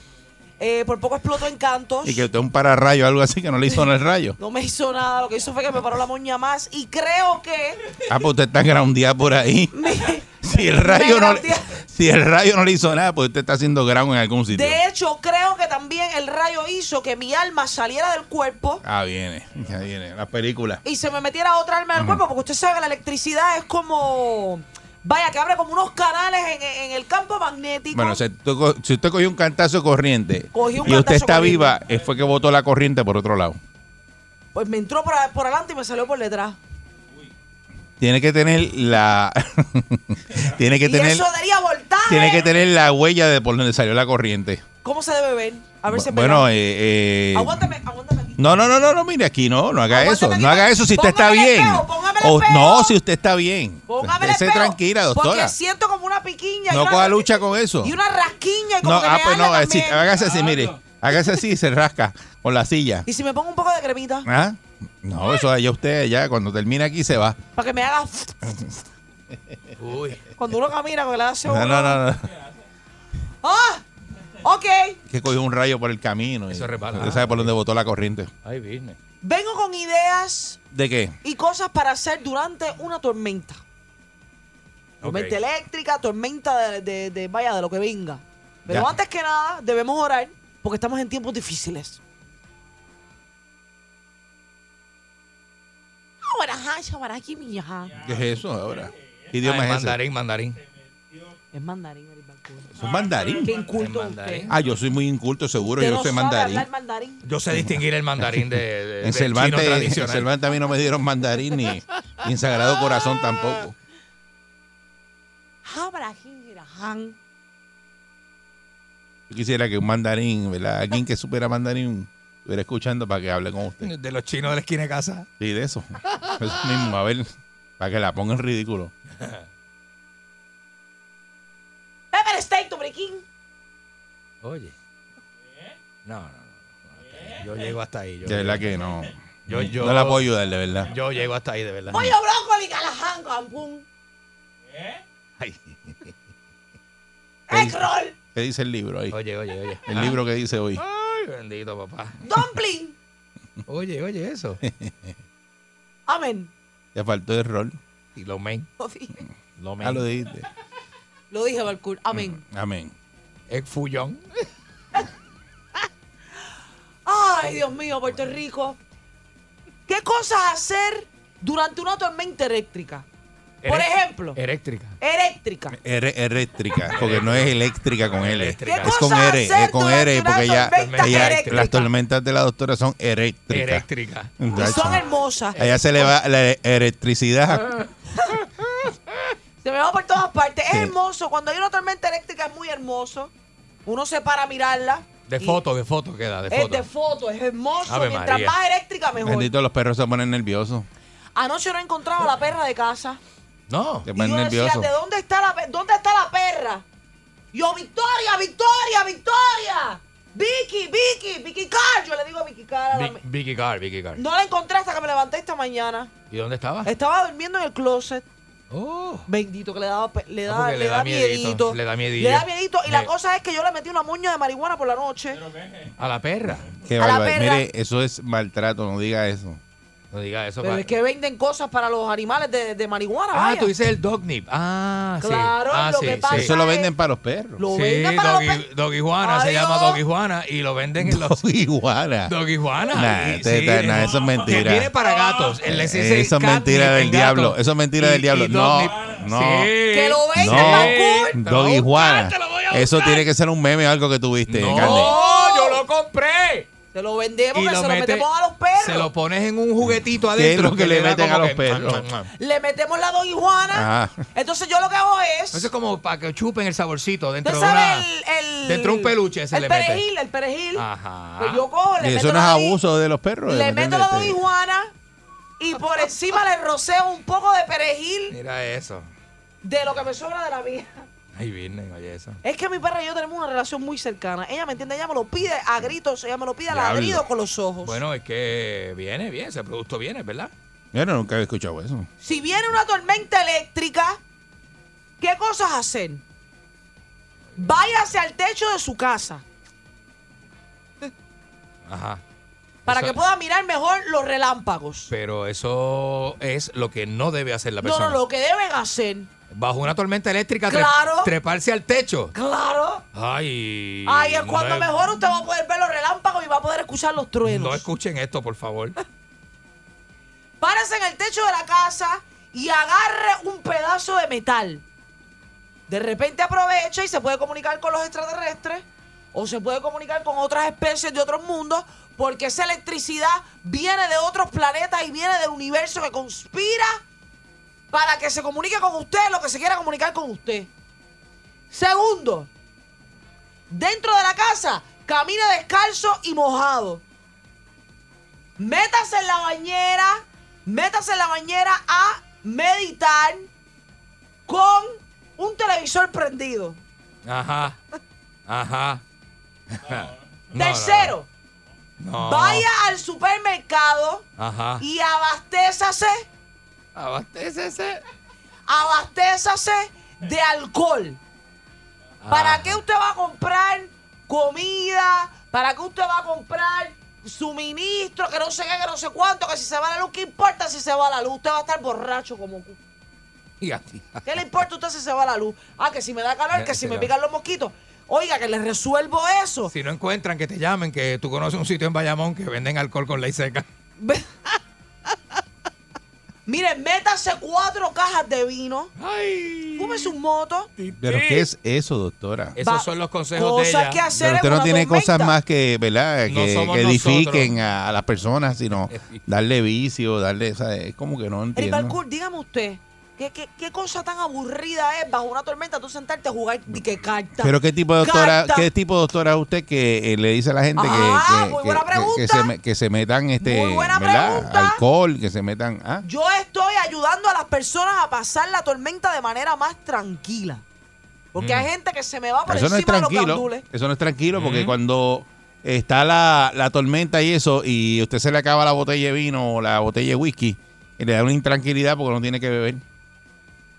Eh, por poco explotó en cantos. Y que usted un pararrayo o algo así que no le hizo en el rayo. No me hizo nada. Lo que hizo fue que me paró la moña más. Y creo que. Ah, pues usted está groundeado por ahí. me- Si el rayo no le, groundea. si el rayo no le hizo nada, pues usted está haciendo ground en algún sitio. de hecho, creo que también el rayo hizo que mi alma saliera del cuerpo. Ah, viene, ya viene, la película. y se me metiera otra alma en el cuerpo, porque usted sabe que la electricidad es como. Vaya, que abre como unos canales en, en el campo magnético. Bueno, si usted, co- si usted cogió un cantazo corriente Cogí un y usted cantazo está corriente. viva, eh, fue que botó la corriente por otro lado. Pues me entró por, por adelante y me salió por detrás. Tiene que tener la <laughs> tiene que Y tener eso daría voltaje. tiene que tener la huella de por donde salió la corriente. ¿Cómo se debe ver? A ver si es bueno, verdad. eh, eh, Aguántame, aguántame aquí. No, no, no, no, no, mire aquí, no, no haga Aguántame eso, aquí, no haga eso si usted está póngame el bien. espejo, póngame el O- espejo. no, si usted está bien. Póngame el Esté espejo, tranquila, doctora. Porque siento como una piquiña. y No una- coja lucha con eso. Y una rasquiña y como No, que ah, me pues arde no, así, también. hágase así, mire, hágase así y se rasca con la silla. Y si me pongo un poco de cremita ¿Ah? No, eso allá usted, ya cuando termina aquí se va. para que me haga Uy. cuando uno camina con la hace No, no, no, no. Ah, ok. Que cogió un rayo por el camino. y Eso resbala. Usted sabe por dónde botó la corriente. Ay, business. Vengo con ideas ¿De qué? y cosas para hacer durante una tormenta. Tormenta Ok. eléctrica, tormenta de, de- de- vaya, de lo que venga. Pero Ya. antes que nada, debemos orar porque estamos en tiempos difíciles. Ahora, ja, chavará, aquí, mi ja. ¿Qué es eso ahora? ¿Qué Ay, idioma es ese? Ah, mandarín, mandarín. Es mandarín, Eric Balcour. ¿Es un mandarín? Qué inculto Es es usted. mandarín. Ah, yo soy muy inculto, seguro, Usted yo no soy sabe mandarín. hablar mandarín. Yo sé distinguir el mandarín de, de- En del chino Cervantes, en tradicional. Cervantes a mí no me dieron mandarín ni, ni en Sagrado Corazón tampoco. Jabra, jingira, jan. Yo quisiera que un mandarín, ¿verdad? Alguien que supera mandarín estuviera escuchando para que hable con usted. De los chinos de la esquina de casa. Sí, de eso. <laughs> Eso mismo, a ver, para que la pongan ridículo. Eh, pero está Oye. No, no, no. no, hasta ahí. Yo llego hasta ahí. Yo, De verdad que no. Yo- yo- no la puedo ayudar, de verdad. yo llego hasta ahí, de verdad. Pollo brócoli, calaján, campún. Ay. Egg roll. ¿Qué dice el libro ahí? Oye, oye, oye. El libro que dice hoy. Ay, bendito papá. Dumpling. Oye, oye, <laughs> eso. Amén. Te faltó el rol. Y lo men. Lo dije, Lo men. Ah, lo dijiste. lo dije Balcour. Amén. Amén. Es fullón. Ay, Dios mío, Puerto Rico. ¿Qué cosas hacer durante una tormenta eléctrica? Por Elec- ejemplo, Eléctrica. eléctrica. R, eléctrica, porque no es eléctrica con L. Eléctrica. ¿Qué Es con cosa R, hacer es con R, durante porque una ya, tormenta ella- eléctrica? las tormentas de la doctora son eléctricas. Eléctrica. Y Muchacho. son hermosas. Allá se le va la electricidad. <laughs> Se me va por todas partes. Es Sí. hermoso. Cuando hay una tormenta eléctrica es muy hermoso. Uno se para a mirarla. De Y foto, de foto queda, de Es de foto. foto, es hermoso. Ave Mientras María. más eléctrica, mejor. Bendito, los perros se ponen nerviosos. Anoche no encontraba a la perra de casa. No. Se Y yo ponen decía, nerviosos. ¿de dónde está la, pe- dónde está la perra? Yo, Victoria, Victoria, Victoria. Vicky, Vicky, Vicky Carr. Yo le digo a Vicky Carr. a la Vi- me- Vicky Carr, Vicky Carr. No la encontré hasta que me levanté esta mañana. ¿Y dónde estaba? Estaba durmiendo en el closet. Ah. Oh. Bendito, que le daba pe- le Ah, da, porque le da, miedito, le da miedillo. Le da miedito. Y la Sí. cosa es que yo le metí una muña de marihuana por la noche. A la perra. Qué a la barbaridad. perra. Mire, eso es maltrato, no diga eso. No diga eso. Pero pa- es que venden cosas para los animales de, de marihuana. Ah, vaya. tú dices el dognip. Ah, sí. Claro, Ah, lo sí, que sí. pasa Eso lo es- venden para los perros. Lo Sí, venden para los Doggy- <laughs> pe- Doggy Juana se Adiós. llama Doggy Juana y lo venden en los. Iguana. Doggy Juana. Nah, Y- te- sí, te- nah, eso Que es mentira. Eh, tiene para gatos. Él les dice Eso es catnip, mentira del el diablo, gato. eso es mentira Y- del diablo. y No, doggy- no. Sí. Que lo venden No, para Te lo Doggy voy a Juana. buscar, te lo voy a Eso buscar. tiene que ser un meme o algo que tuviste, No, Candy. Oh, Oh, yo lo compré. Se lo vendemos, Y que lo se lo mete- metemos a los perros. Se lo pones en un juguetito es adentro. lo que le da meten como a los que- perros? Ah. Le metemos la don Ah. Juana. Ajá. Entonces yo lo que hago es. Eso es como para que chupen el saborcito dentro ¿Usted de sabe una... el, el- dentro de un peluche se el le mete. Ah. perejil, El perejil, Ajá. Pues yo cojo, le Y meto eso no es la di- abuso de los perros. Le ¿me meto la don entiendes? Juana y por encima le roceo un poco de perejil Mira eso. de lo que me sobra de la vida. Ay, Virgen, oye eso. Es que mi perra y yo tenemos una relación muy cercana. Ella me entiende, ella me lo pide a gritos, ella me lo pide a Diablo. ladridos con los ojos. Bueno, es que viene bien, ese producto viene, ¿verdad? Yo no, nunca había escuchado eso. Si viene una tormenta eléctrica, ¿qué cosas hacer? Váyase al techo de su casa Ajá. para Eso- que pueda mirar mejor los relámpagos. Pero eso es lo que no debe hacer la No, persona. no, lo que deben hacer. Bajo una tormenta eléctrica, tre- Claro. treparse al techo. Claro. Ay. Ahí es cuando no es- mejor usted va a poder ver los relámpagos y va a poder escuchar los truenos. No escuchen esto, por favor. Párese en el techo de la casa y agarre un pedazo de metal. De repente aprovecha y se puede comunicar con los extraterrestres o se puede comunicar con otras especies de otros mundos porque esa electricidad viene de otros planetas y viene del universo que conspira para que se comunique con usted lo que se quiera comunicar con usted. Segundo, dentro de la casa, camine descalzo y mojado. Métase en la bañera, métase en la bañera a meditar con un televisor prendido. Ajá. <laughs> Ajá. No, no, Tercero, no. Ah. vaya al supermercado Ajá. Ah, y abastézase, Abastécese. abastézase de alcohol. ¿Para Ajá. qué usted va a comprar comida? ¿Para qué usted va a comprar suministro? Que no sé qué, que no sé cuánto, que si se va la luz, ¿qué importa si se va la luz? Usted va a estar borracho como... cu- Y así. ¿Qué le importa a usted si se va la luz? Ah, que si me da Eh, calor, que si me pican los mosquitos. Oiga, que le resuelvo eso. Si no encuentran, que te llamen, que tú conoces un sitio en Bayamón que venden alcohol con ley <laughs> seca. Miren, métase cuatro cajas de vino, Ay. fúmese un moto. Pero ¿qué es eso, doctora? Esos Va- son los consejos de cosas ella. que hacer Pero usted en no una tiene tormenta. cosas más que, ¿verdad? No Que, somos que edifiquen nosotros. a, a las <laughs> personas, sino darle vicio, darle, ¿sabes? Es como que no Eric entiendo. Balcour, dígame usted, ¿qué, qué, qué cosa tan aburrida es bajo una tormenta tú sentarte a jugar ni que carta? Pero qué tipo de doctora, Carta. qué tipo de doctora es usted que eh, le dice a la gente que- Ah, que, muy que- buena que- que pregunta. se, me- que se metan este, Muy buena ¿verdad? pregunta. Alcohol, que se metan, ah, Yo estoy ayudando a las personas a pasar la tormenta de manera más tranquila. Porque Mm. hay gente que se me va por Eso no es encima de los tranquilo. gandules. Eso no es tranquilo porque cuando está la, la tormenta y eso y usted se le acaba la botella de vino o la botella de whisky, y le da una intranquilidad porque no tiene que beber.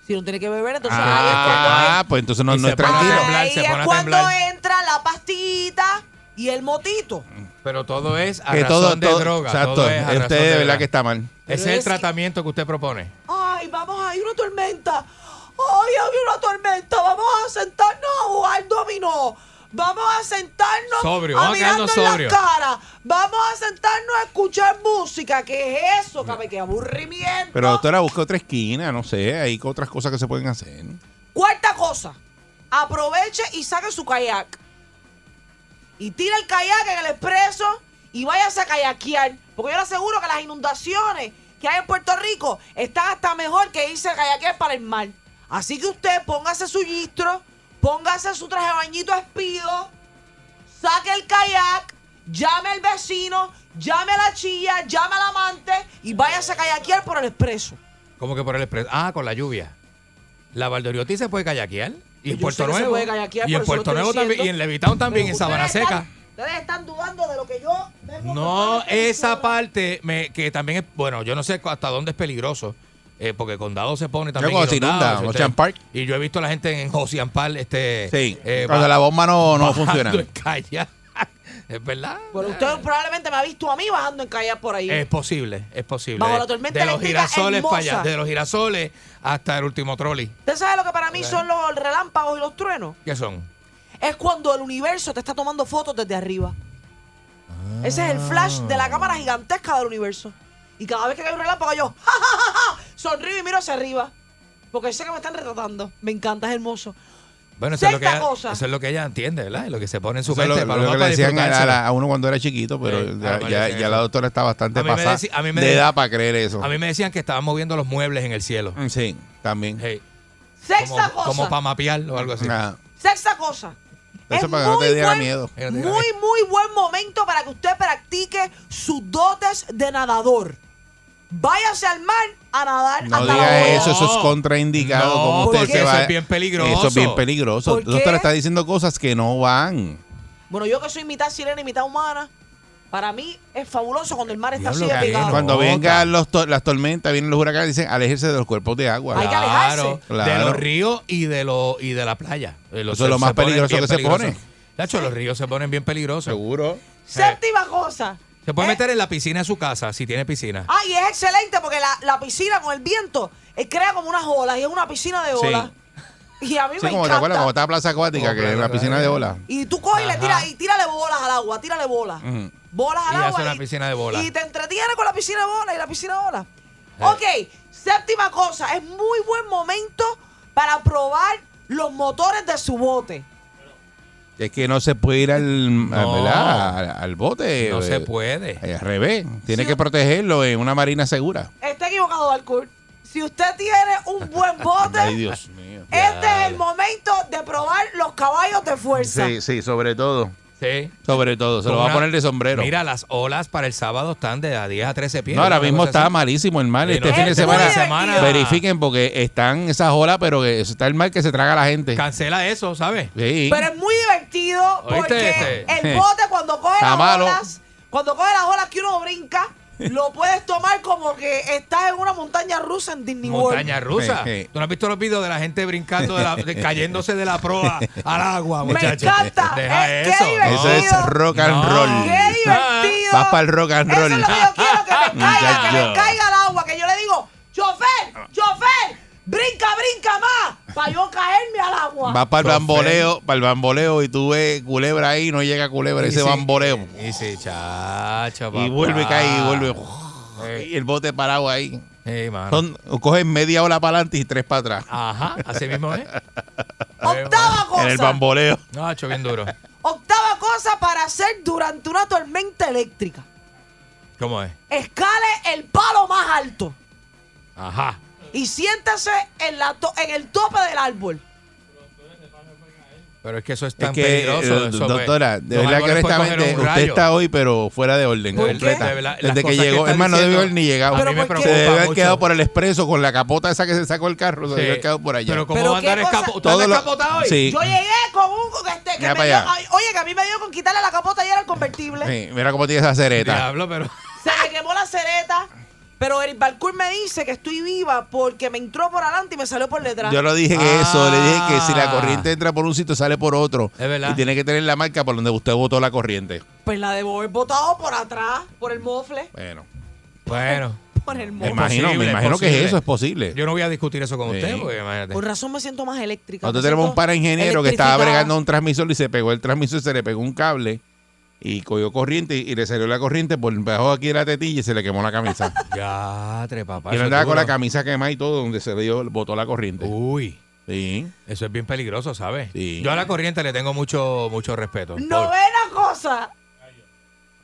Si no tiene que beber, entonces Ah, ahí es cuando, pues entonces no, Y no se es pone a tranquilo. temblar, ahí ah, se es pone a cuando temblar. entra la pastita y el motito. Pero todo es a Que razón todo, de todo- droga. exacto. todo es a razón usted de verdad que está mal. Ese Pero es el es que- tratamiento que usted propone. Ay, vamos, hay una tormenta. Ay, hay una tormenta. Vamos a sentarnos a jugar dominó. Vamos a sentarnos Sobrio, a vamos a mirarnos quedarnos sobrio. las caras. Vamos a sentarnos a escuchar música. ¿Qué es eso, cabe? ¡Qué aburrimiento! Pero doctora, busque otra esquina, no sé, hay otras cosas que se pueden hacer. Cuarta cosa, aproveche y saque su kayak. Y tira el kayak en el expreso y váyase a kayakear. Porque yo le aseguro que las inundaciones que hay en Puerto Rico están hasta mejor que irse a kayakear para el mar. Así que usted póngase su gistro, póngase su traje de bañito espido, saque el kayak, llame al vecino, llame a la chilla, llame al amante y váyase a kayakear por el expreso. Como que por el expreso. Ah, con la lluvia. La Valdoriotti se puede kayakear. Y Yo en sé Puerto que se Nuevo. puede kayakear, Y por en eso Puerto lo estoy Nuevo también. diciendo. Y en Levitown también, en Ustedes Sabana están- Seca. ustedes están dudando de lo que yo vengo No, contando. esa parte me, que también es, bueno, yo no sé cu- hasta dónde es peligroso, eh, porque Condado se pone también. cuando se inundado, inunda, si Ocean usted- Park. Y yo he visto a la gente en Ocean Park, este. Sí, eh, cuando ba- la bomba no, no bajando funciona. <laughs> en kayak. es verdad. Pero usted probablemente me ha visto a mí bajando en callar por ahí. Es posible, es posible. Bajo De- la tormenta de los eléctrica girasoles para allá, hermosa. de los girasoles hasta el último trolley. ¿Usted sabe lo que para mí son los relámpagos y los truenos? ¿Qué son? Es cuando el universo te está tomando fotos desde arriba. Ese es el flash de Ah. la cámara gigantesca del universo. Y cada vez que hay un relámpago yo ¡ja, ja, ja, ja! sonrío y miro hacia arriba. Porque sé que me están retratando. Me encanta, es hermoso. Bueno, eso es, lo que Sexta ella, cosa. eso es lo que ella entiende, ¿verdad? Lo que se pone en su Eso es lo, mente para lo no que le para decían a, la- disfrutárselo. a uno cuando era chiquito, pero Sí, ya, ahora ya- dicen ya eso. la doctora está bastante A mí me pasada decí- a mí me de de- edad para creer eso. Mm, A mí me decían que estaban moviendo los muebles en el cielo. Sí, también. Hey, Sexta como, cosa. para mapear o algo así. Ajá. Sexta cosa. Eso es para que no muy te diera buen- miedo. Que no te diera Muy, muy buen momento para que usted practique sus dotes de nadador. Váyase al mar a nadar No hasta la diga boda. eso, eso es contraindicado. No, como usted porque se eso va- es bien peligroso. Eso es bien peligroso. ¿Por La doctora qué? está diciendo cosas que no van. Bueno, yo que soy mitad sirena y mitad humana, para mí es fabuloso cuando el mar está Diablo, así de Karina, pegado. Cuando Otra. vengan los to- las tormentas, vienen los huracanes, dicen alejarse de los cuerpos de agua. Hay que alejarse. Claro, de Claro. los ríos y de lo y de la playa. Eh, los- Eso es lo se más ponen peligroso bien que se peligrosos. pone. Nacho, los ríos se ponen bien peligrosos. Eh, Seguro. Séptima cosa. Se puede ¿eh? meter en la piscina de su casa, si tiene piscina. Ah, y es excelente porque la, la piscina con el viento eh, crea como unas olas y es una piscina de Sí. olas. Y a mí Sí, me como te encanta. acuerdas cuando estaba Plaza Acuática, Oh, que era claro, una piscina claro. de olas. Y tú coges y le Ajá. tiras y tírale bolas al agua, tírale bolas. Ujú. Bolas al Y hace agua. una piscina de bolas. Y te entretienes con la piscina de bolas y la piscina de bolas. Ok, séptima cosa, es muy buen momento para probar los motores de su bote. Es que no se puede ir al, No. al, ¿verdad? al- al bote. no eh, se puede. Al revés. Tiene Sí. que protegerlo en una marina segura. Está equivocado, Alcourt. Si usted tiene un <laughs> buen bote, Ay, Dios mío. este es el momento de probar los caballos de fuerza. Sí, sí, sobre todo. Sí. Sobre todo. Se lo Con va a una- poner de sombrero. Mira, las olas para el sábado están de a 10 a 13 pies. No, ahora una mismo cosa está así. malísimo el mar. Sí, Este no, fin de es semana, muy divertido. verifiquen porque están esas olas, pero que está el mar que se traga a la gente. Cancela eso, ¿sabes? Sí. Pero es muy divertido ¿Oíste porque este? el bote cuando coge Está las malo. olas, cuando coge las olas que uno brinca, lo puedes tomar como que estás en una montaña rusa en Disney Montaña rusa. Sí, sí. ¿Tú no has visto los videos de la gente brincando, <laughs> de la- de- cayéndose de la proa al agua, Me muchachos? encanta. Deja Es- qué eso. Eso divertido. es rock and No. roll. World. ¡Qué divertido! Vas pa'l rock and roll. Eso es lo que yo quiero, que me caiga, que Muchacho. me caiga el agua, que yo le digo, chofer, chofer, brinca, brinca más, para yo caerme al agua. Vas para el Chofer. bamboleo, para el bamboleo y tú ves culebra ahí, no llega culebra, Y ese sí. bamboleo. Y sí, chacho, Y papá. Eh. vuelve, cae y vuelve. Y el bote parado ahí. Sí, mano. Son, cogen media ola para adelante y tres para atrás. Ajá, así mismo es. <laughs> Octava En el cosa, bamboleo. Nacho, bien duro. octava cosa para hacer durante una tormenta eléctrica. ¿Cómo es? Escale el palo más alto Ajá. y siéntase en, la to- en el tope del árbol. Pero es que eso es Es tan que, peligroso. eh, eso, pues, doctora, de los verdad que árboles pueden honestamente coger un usted rayo. está hoy, pero fuera de orden ¿Por qué? completa. De verdad, las Desde que cosas que llegó, está hermano, no diciendo, debió haber ni llegado. a mí me Se preocupa debe haber mucho. quedado por el expreso con la capota esa que se sacó el carro. Se Sí. debe haber quedado por allá. Pero como Pero va a andar qué cosa- escapo- ¿Usted Todo anda lo- escapotado hoy? Sí. Yo llegué con un con este que Mira me pa' dio- allá. ay, oye, que a mí me dio con quitarle la capota y era el convertible. Sí, mira cómo tiene esa cereta. Diablo, pero... Se me quemó la cereta. Pero Eric Balcour me dice que estoy viva porque me entró por adelante y me salió por detrás. Yo lo dije que eso, le dije que si Ah. la corriente entra por un sitio, sale por otro. Es verdad. Y tiene que tener la marca por donde usted botó la corriente. Pues la debo haber botado por atrás, por el mofle. Bueno, Bueno, Por el me mofle. imagino, posible, me imagino que posible. eso es posible. yo no voy a discutir eso con Sí. usted, porque imagínate. Con razón me siento más eléctrica. Nosotros me tenemos siento un para ingeniero que estaba electrificada. bregando un transmisor y se pegó el transmisor, se le pegó un cable y cogió corriente y, y le salió la corriente por debajo aquí de la tetilla y se le quemó la <laughs> camisa. Ya, tre, papá. y él eso andaba es con la duro. camisa quemada y todo donde se le dio, botó la corriente. Uy, Sí. eso es bien peligroso, ¿sabes? Sí. Yo a la corriente le tengo mucho, mucho respeto. Por- Novena cosa.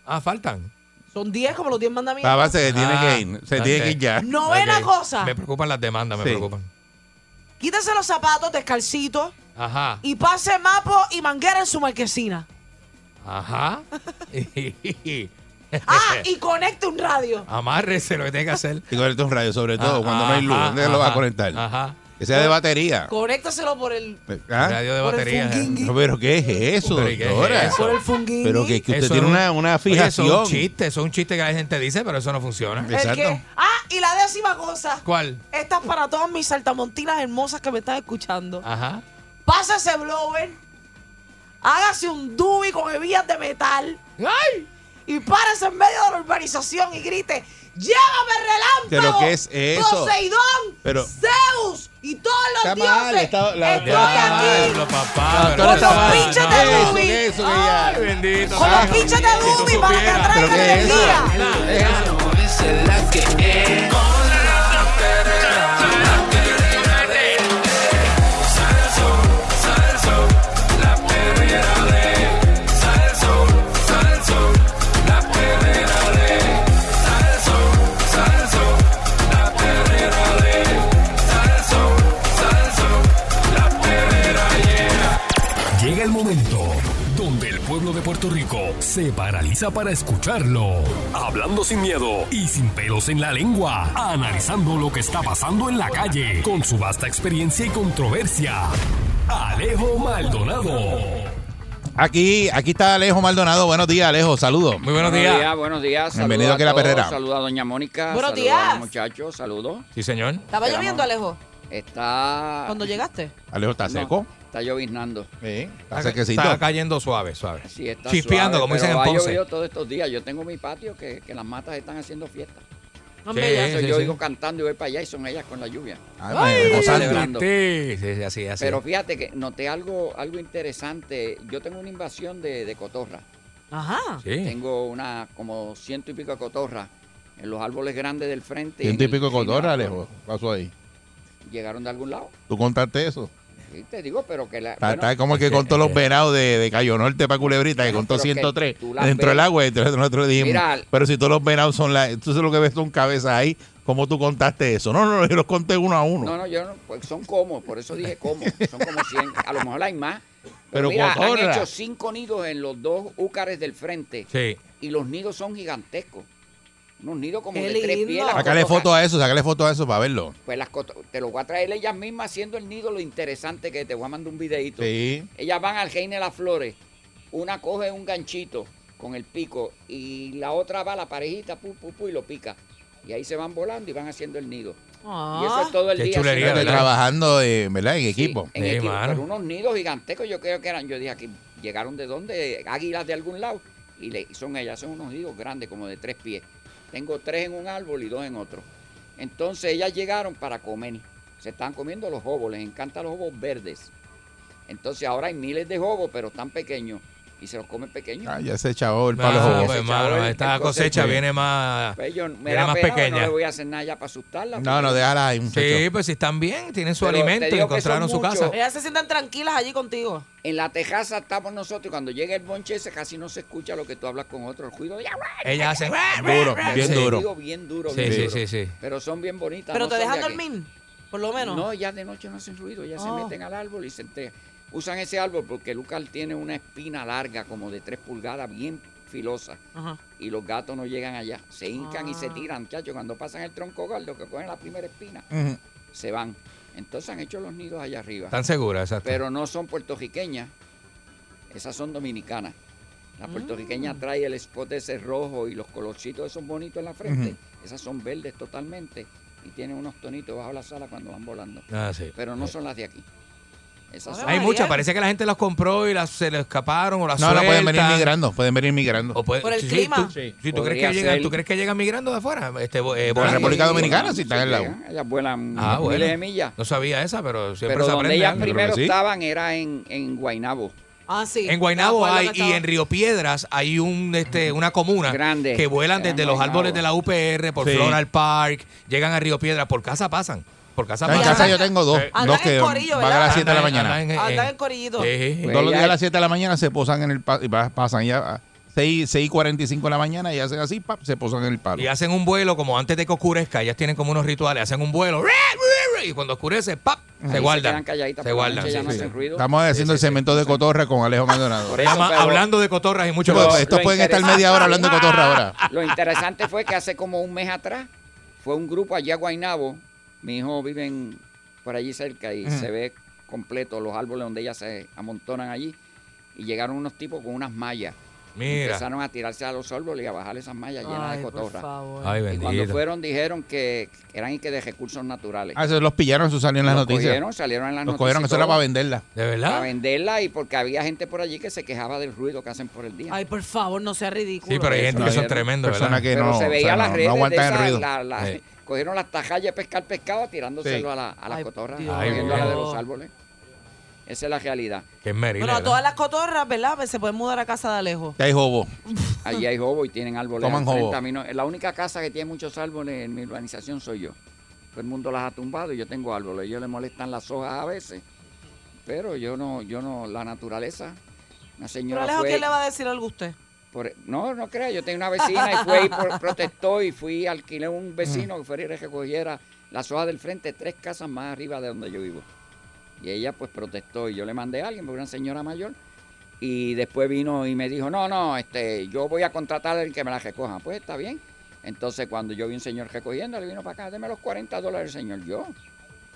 Ah, faltan. Son 10 como los 10 mandamientos. Papá se tiene Ah, que ir, se tiene ok. que ir ya. Novena Ok. cosa. Me preocupan las demandas, me Sí. preocupan. Quítese los zapatos descalcitos Ajá. y pase mapo y manguera en <laughs> su marquesina. Ajá. <laughs> Ah, y conecte un radio. Amárrese lo que tiene que hacer. Y conecta un radio, sobre todo, Ah, cuando no hay luz. ajá, ¿Dónde lo vas a ajá, conectar? Ajá. Que sea de batería. Conéctaselo por el ¿Ah? Radio de Por el batería. funguingi. No, pero ¿qué es eso, Pero, ¿y qué es doctora? eso? <laughs> por el funguín. Pero que, que usted Eso tiene es un- una, una Oye, eso fijación. es un chiste, eso es un chiste que la gente dice, pero eso no funciona. Eh. Exacto. Ah, y la décima cosa. ¿Cuál? Esta es para todas mis saltamontinas hermosas que me están escuchando. Ah, Ajá. Pásese blower. Hágase un dubi con hebillas de metal. ¡Ay! Y párese en medio de la urbanización y grite: ¡Llévame ¿Pero relámpago! qué es eso? ¡Poseidón! Pero- ¡Zeus! ¡Y todos los Está dioses! Ah, mal, está- la- ¡Estoy Diablo, Este, aquí! papá. pero ¡Con eso los está- pinches no, de eso- Dubi! eso que ya- Ay, Bendito. ¡Con los Ah, pinches de si tú Dubi para que supieras. ¿Pero atraigan qué es eso? energía! Llega el momento donde el pueblo de Puerto Rico se paraliza para escucharlo. Hablando sin miedo y sin pelos en la lengua, analizando lo que está pasando en la calle con su vasta experiencia y controversia. Alejo Maldonado. Aquí, aquí está Alejo Maldonado. Buenos días, Alejo. Saludos. Muy buenos días. buenos días. Bienvenido Saludos aquí a La todos, Perrera. Saludos a doña Mónica. Buenos saludos a los días. Muchachos, saludos. Sí, señor. ¿Estaba lloviendo, Alejo? Está. Cuando llegaste. Alejo está no, seco. está lloviznando. Sí, está Está, sequecito. está cayendo suave, suave. Sí, está Chispeando, suave, como dicen pero en ha Ponce. llovido todos estos días. Yo tengo mi patio que, que las matas están haciendo fiesta. Sí, Hombre, ya. Entonces sí, yo sí. digo cantando y voy para allá y son ellas con la lluvia. Ay, Ay. gozando. Celebrando. Sí, sí, sí, así, así. Pero fíjate que noté algo, algo interesante. Yo tengo una invasión de, de cotorra. Ajá. Sí. Tengo una como ciento y pico de cotorra en los árboles grandes del frente. y en Ciento y el- pico de en el cotorra, árbol. Alejo. Pasó ahí. Llegaron de algún lado. Tú contaste eso. Sí, te digo, pero que la. Está, bueno, está como el que contó los venados de, de Cayo Norte para Culebrita, que Bueno, contó pero que 103 tú las dentro ves. del agua. y Entonces nosotros dijimos, Mira. pero si todos los venados son la... Entonces lo que ves son cabezas ahí, ¿cómo tú contaste eso? No, no, no, yo los conté uno a uno. No, no, yo no, pues son como, por eso dije como, son como 100, a lo mejor hay más. Pero Pero, mira, han cotorra. hecho cinco nidos en los dos úcares del frente Sí. y los nidos son gigantescos. Unos nidos como Qué de tres lindo. pies. las Sácale cotorras- foto a eso, sácale foto a eso para verlo. Pues las coto- te los voy a traer ellas mismas haciendo el nido, lo interesante que te voy a mandar un videito. Sí. Ellas van al Heine Las Flores, una coge un ganchito con el pico y la otra va a la parejita, pu, pu, pu, y lo pica. Y ahí se van volando y van haciendo el nido. Y eso es todo el Qué día. chulería, haciendo Fíjate, el ¿verdad? trabajando eh, ¿verdad? en Sí, equipo. en Sí, equipo, mano. pero unos nidos gigantescos, yo creo que eran. Yo dije aquí, llegaron de dónde, águilas de algún lado. Y le, son ellas, son unos nidos grandes, como de tres pies. Tengo tres en un árbol y dos en otro. Entonces ellas llegaron para comer. Se están comiendo los jobos, les encantan los jobos verdes. Entonces ahora hay miles de jobos, pero están pequeños. Y se los comen pequeños. Ah, ya se echó el Ah, palo joven. pues, joven. hermano, esta El cosecha. cosecha viene más. Pues yo me Era da más pena, pero pequeña. no le voy a hacer nada ya para asustarla. No, no, déjala ahí, muchacho. Sí, pues si están bien, tienen su Pero te alimento y digo que encontraron su son casa. muchos. Ellas se sientan tranquilas allí contigo. En la tejaza estamos nosotros y cuando llega el bonche ese casi no se escucha lo que tú hablas con otro. El ruido de agua. Ellas hacen. Duro, bien Sí, duro. digo bien duro, Sí, bien sí, duro. sí, sí. Pero son bien bonitas. Pero no te son dejan de aquí. dormir, por lo menos. No, ya de noche no hacen ruido, ya se Oh. meten al árbol y se entregan. usan ese árbol porque Lucas tiene una espina larga, como de 3 pulgadas, bien filosa. Ajá. Y los gatos no llegan allá. Se hincan y Ah. se tiran, chacho. Cuando pasan el tronco galdo, que cogen la primera espina, Ujú. se van. Entonces han hecho los nidos allá arriba. Están seguras, exacto. Pero no son puertorriqueñas. Esas son dominicanas. Mm. La puertorriqueña trae el spot ese rojo y los colorcitos esos bonitos en la frente. Esas son verdes totalmente y tienen unos tonitos bajo la sala cuando van volando. Ah, sí. Pero no son las de aquí. Esas son Hay muchas, María. parece que la gente las compró y las, se le escaparon o las No, no, pueden venir sueltan. migrando, pueden venir migrando. O puede- Por el sí, clima. tú- Sí. sí, ¿tú, crees Podría que llegan, ser. ¿Tú crees que llegan migrando de afuera? Este, eh, la volando. República Sí, Dominicana, si sí, están al lado. llegan. Ellas vuelan Ah, miles bueno. de millas. No sabía esa, pero siempre Pero se donde aprende ellas algo. creo que primero sí. estaban era en, en Guaynabo. Ah, sí. En Guaynabo Me acuerdo hay que y estaba- en Río Piedras hay un, este, una comuna Grande. que vuelan Era en desde los Guaynabo. árboles de la UPR por Sí. Floral Park, llegan a Río Piedras, por casa pasan, por casa No, en Ya. casa pasan. yo tengo dos, Eh, Andan dos en que corillo, van a ¿verdad? las 7 de la Andan- mañana. andan en- Ah, está en- el corillito. Sí, sí. Pues Todos los ya- días a las 7 de la mañana se posan en el palo y pa- pasan ya a 6, 6 y 45 de la mañana y hacen así, pap, se posan en el palo. Y hacen un vuelo como antes de que oscurezca, ellas tienen como unos rituales, hacen un vuelo y cuando oscurece, ¡pap! Ahí Se guardan. quedan calladitas Se por la guardan. noche, ya sí, no sí. hacen ruido. Estamos haciendo el cemento de cotorra con Alejo Maldonado. Por Se eso, llama pero- Hablando de cotorras y mucho Pero más. estos lo pueden estar interesa- media hora hablando de cotorra ahora. Lo interesante fue que hace como un mes atrás fue un grupo allá a Guaynabo. Mi hijo vive en- por allí cerca y se ve completo los árboles donde ellas se amontonan allí. Y llegaron unos tipos con unas mallas. Mira. Empezaron a tirarse a los árboles y a bajar esas mallas llenas Ay, de por cotorra. favor. Ay, Y cuando bendito. fueron dijeron que eran y que de recursos naturales. Ah, eso los pillaron, eso salió en las Los noticias. cogieron, salieron en las Los noticias cogieron, y eso era todo, para venderla. ¿De para verdad? venderla y porque había gente por allí que se quejaba del ruido que hacen por el día. Ay, por favor, no sea ridículo. Sí, pero hay gente que son Eso. tremendos, ¿verdad? Personas que Pero no, se o veía sea, las no- redes no de aguantan el esas, ruido. la- la- Sí. cogieron las tajas de pescar pescado tirándoselo Sí. a, la, a las Ay, cotorras, Dios. Ay, cogiendo a la de Dios. los árboles. Esa es la realidad. Que es Mary, Bueno, ¿verdad? todas las cotorras, ¿verdad? Pues se pueden mudar a casa de Alejo. Que hay jobo. Allí hay hobo y tienen árboles. Coman al frente. hobo. A mí no- la única casa que tiene muchos árboles en mi urbanización soy yo. Todo el mundo las ha tumbado y yo tengo árboles. Ellos le molestan las hojas a veces. Pero yo no, yo no, la naturaleza. Una Pero señora Alejo, fue ¿qué le va a decir algo a usted? por- no, no crea, yo tenía una vecina y fue y por- <laughs> protestó y fui, alquilé un vecino que fuera y recogiera las hojas del frente tres casas más arriba de donde yo vivo. Y ella pues protestó y yo le mandé a alguien, porque era una señora mayor, y después vino y me dijo, no, no, este, yo voy a contratar al que me las recoja. Pues está bien. Entonces cuando yo vi un señor recogiendo, le vino para acá, deme los 40 dólares, señor, yo.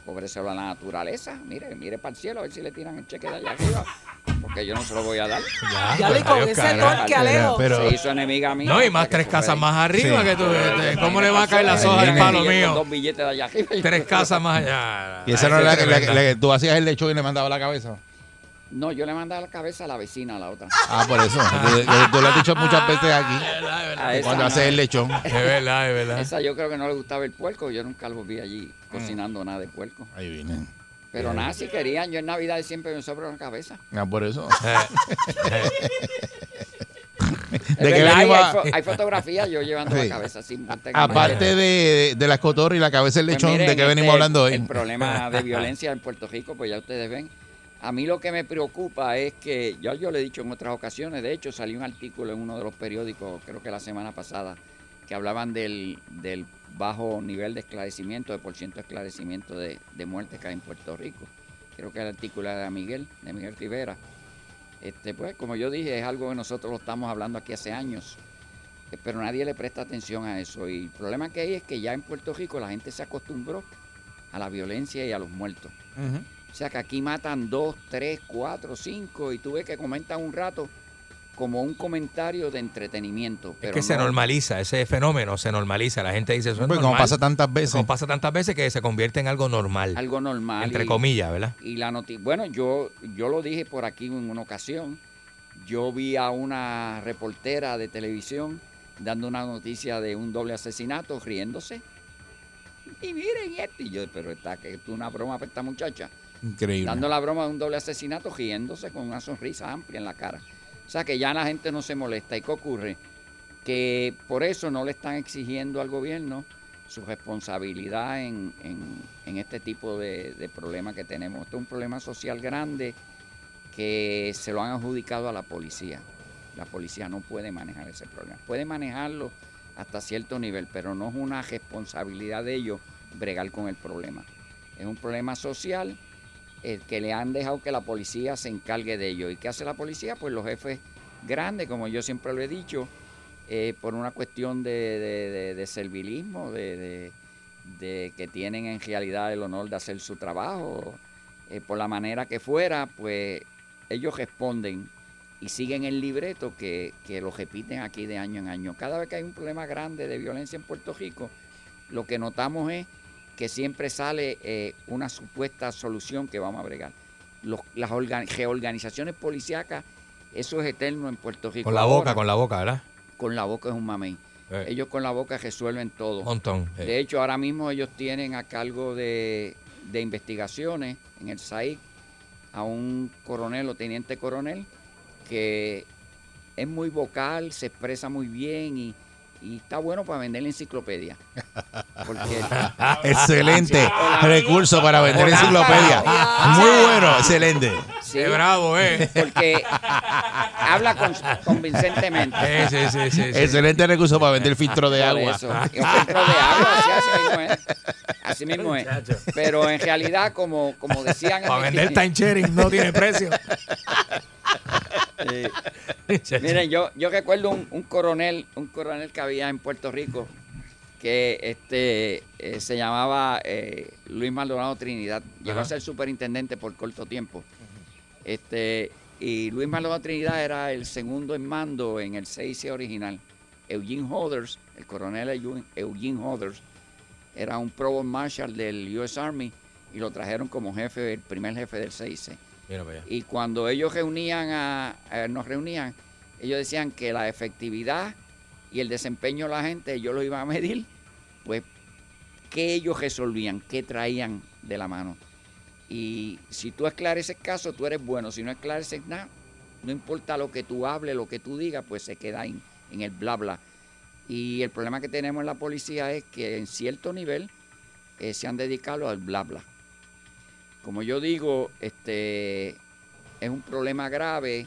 Cóbreselo a la naturaleza, mire, mire para el cielo, a ver si le tiran el cheque de allá arriba, porque yo no se lo voy a dar. Ya, Ya pues, le con adiós, ese carajo. torque, Alejo. Pero- se hizo enemiga mía. No, y hasta más que tres se casas fue. más arriba Sí. que tú. este, ¿Cómo le va a caer la Dos soja al billetes, palo mío? Dos billetes de allá arriba. Tres casas más allá. Y esa no Ay, era la, qué que- la que- tremenda. la que tú hacías el lecho y le mandaba la cabeza. No, yo le mandaba la cabeza a la vecina, a la otra. Ah, por eso. Yo- yo- Tú lo has dicho muchas veces aquí. Es verdad, es verdad. A esa Cuando no. haces el lechón. Es verdad, es verdad. Mm. Esa yo creo que no le gustaba el puerco. Yo nunca lo vi allí cocinando nada de puerco. Ahí vienen. Pero nada, si querían, yo en Navidad siempre me sobra una cabeza. Ah, por eso. Es <laughs> ¿De qué verdad, venimos? hay, a- fo- hay fotografías yo llevando Sí. la cabeza así. manteca- Aparte de, de las cotorras y la cabeza del Pues lechón, miren, ¿de qué venimos este, hablando hoy? El <laughs> problema de violencia en Puerto Rico, pues ya ustedes ven. A mí lo que me preocupa es que, ya yo le he dicho en otras ocasiones, de hecho salió un artículo en uno de los periódicos, creo que la semana pasada, que hablaban del, del bajo nivel de esclarecimiento, de por ciento de esclarecimiento de, de muertes que hay en Puerto Rico. Creo que el artículo era de Miguel, de Miguel Rivera. Este, pues, como yo dije, es algo que nosotros lo estamos hablando aquí hace años, eh, pero nadie le presta atención a eso. Y el problema que hay es que ya en Puerto Rico la gente se acostumbró a la violencia y a los muertos. O sea que aquí matan dos, tres, cuatro, cinco, y tú ves que comentan un rato como un comentario de entretenimiento. Es Pero que se no- normaliza, ese fenómeno se normaliza. La gente dice eso. Es Pues como normal". pasa tantas veces. Como pasa tantas veces que se convierte en algo normal. Algo normal. entre y- comillas, ¿verdad? Y la noticia, bueno, yo, yo lo dije por aquí en una ocasión. Yo vi a una reportera de televisión dando una noticia de un doble asesinato, riéndose. Y miren esto. Y yo, pero está que esto es una broma para esta muchacha. Increíble. Dando la broma de un doble asesinato, riéndose con una sonrisa amplia en la cara. O sea que ya la gente no se molesta. ¿Y qué ocurre? Que por eso no le están exigiendo al gobierno su responsabilidad en, en- en este tipo de, de problemas que tenemos. Esto es un problema social grande que se lo han adjudicado a la policía. La policía no puede manejar ese problema. Puede manejarlo hasta cierto nivel, pero no es una responsabilidad de ellos bregar con el problema. Es un problema social eh, que le han dejado que la policía se encargue de ello. ¿Y qué hace la policía? Pues los jefes grandes, como yo siempre lo he dicho, eh, por una cuestión de, de- de- de servilismo, de, de- de que tienen en realidad el honor de hacer su trabajo, eh, por la manera que fuera, pues ellos responden y siguen el libreto que, que lo repiten aquí de año en año. Cada vez que hay un problema grande de violencia en Puerto Rico, lo que notamos es que siempre sale eh, una supuesta solución que vamos a bregar. Los- las organ- reorganizaciones policíacas, eso es eterno en Puerto Rico. Con la boca, Ahora, con la boca, ¿verdad? con la boca es un mamey. Eh. Ellos con la boca resuelven todo. Un montón. eh. De hecho, ahora mismo ellos tienen a cargo de, de investigaciones en el SAIC a un coronel o teniente coronel que es muy vocal, se expresa muy bien y, y está bueno para vender la enciclopedia. Porque Ah, <laughs> <laughs> excelente recurso para vender Hola. enciclopedia. Ah, Muy bueno, excelente. sí, Qué bravo, ¿eh? porque habla con- convincentemente. Eh, sí, sí, Ah, sí, sí. Excelente recurso para vender filtro de Por agua. eso. Y <laughs> un filtro de agua, sí, así mismo es. Así mismo es. Pero en realidad, como, como decían... Para vender time sharing no tiene precio. Sí. <laughs> Miren, yo, yo recuerdo un, un coronel, un coronel que había en Puerto Rico que este eh, se llamaba eh, Luis Maldonado Trinidad. Llegó a Ajá. ser superintendente por corto tiempo. Este, y Luis Maldonado Trinidad era el segundo en mando en el 6 original. Eugene Hoders, el coronel Eugene- Eugene Hoders, era un provost marshal del US Army y lo trajeron como jefe, el primer jefe del 6 Mira para allá. y cuando ellos reunían a, a- nos reunían, ellos decían que la efectividad y el desempeño de la gente, yo lo iba a medir, pues qué ellos resolvían, qué traían de la mano. Y si tú esclareces caso, tú eres bueno. Si no esclareces nada, no importa lo que tú hables, lo que tú digas, pues se queda en, en el bla bla. Y el problema que tenemos en la policía es que en cierto nivel eh, se han dedicado al bla bla. Como yo digo, este, es un problema grave,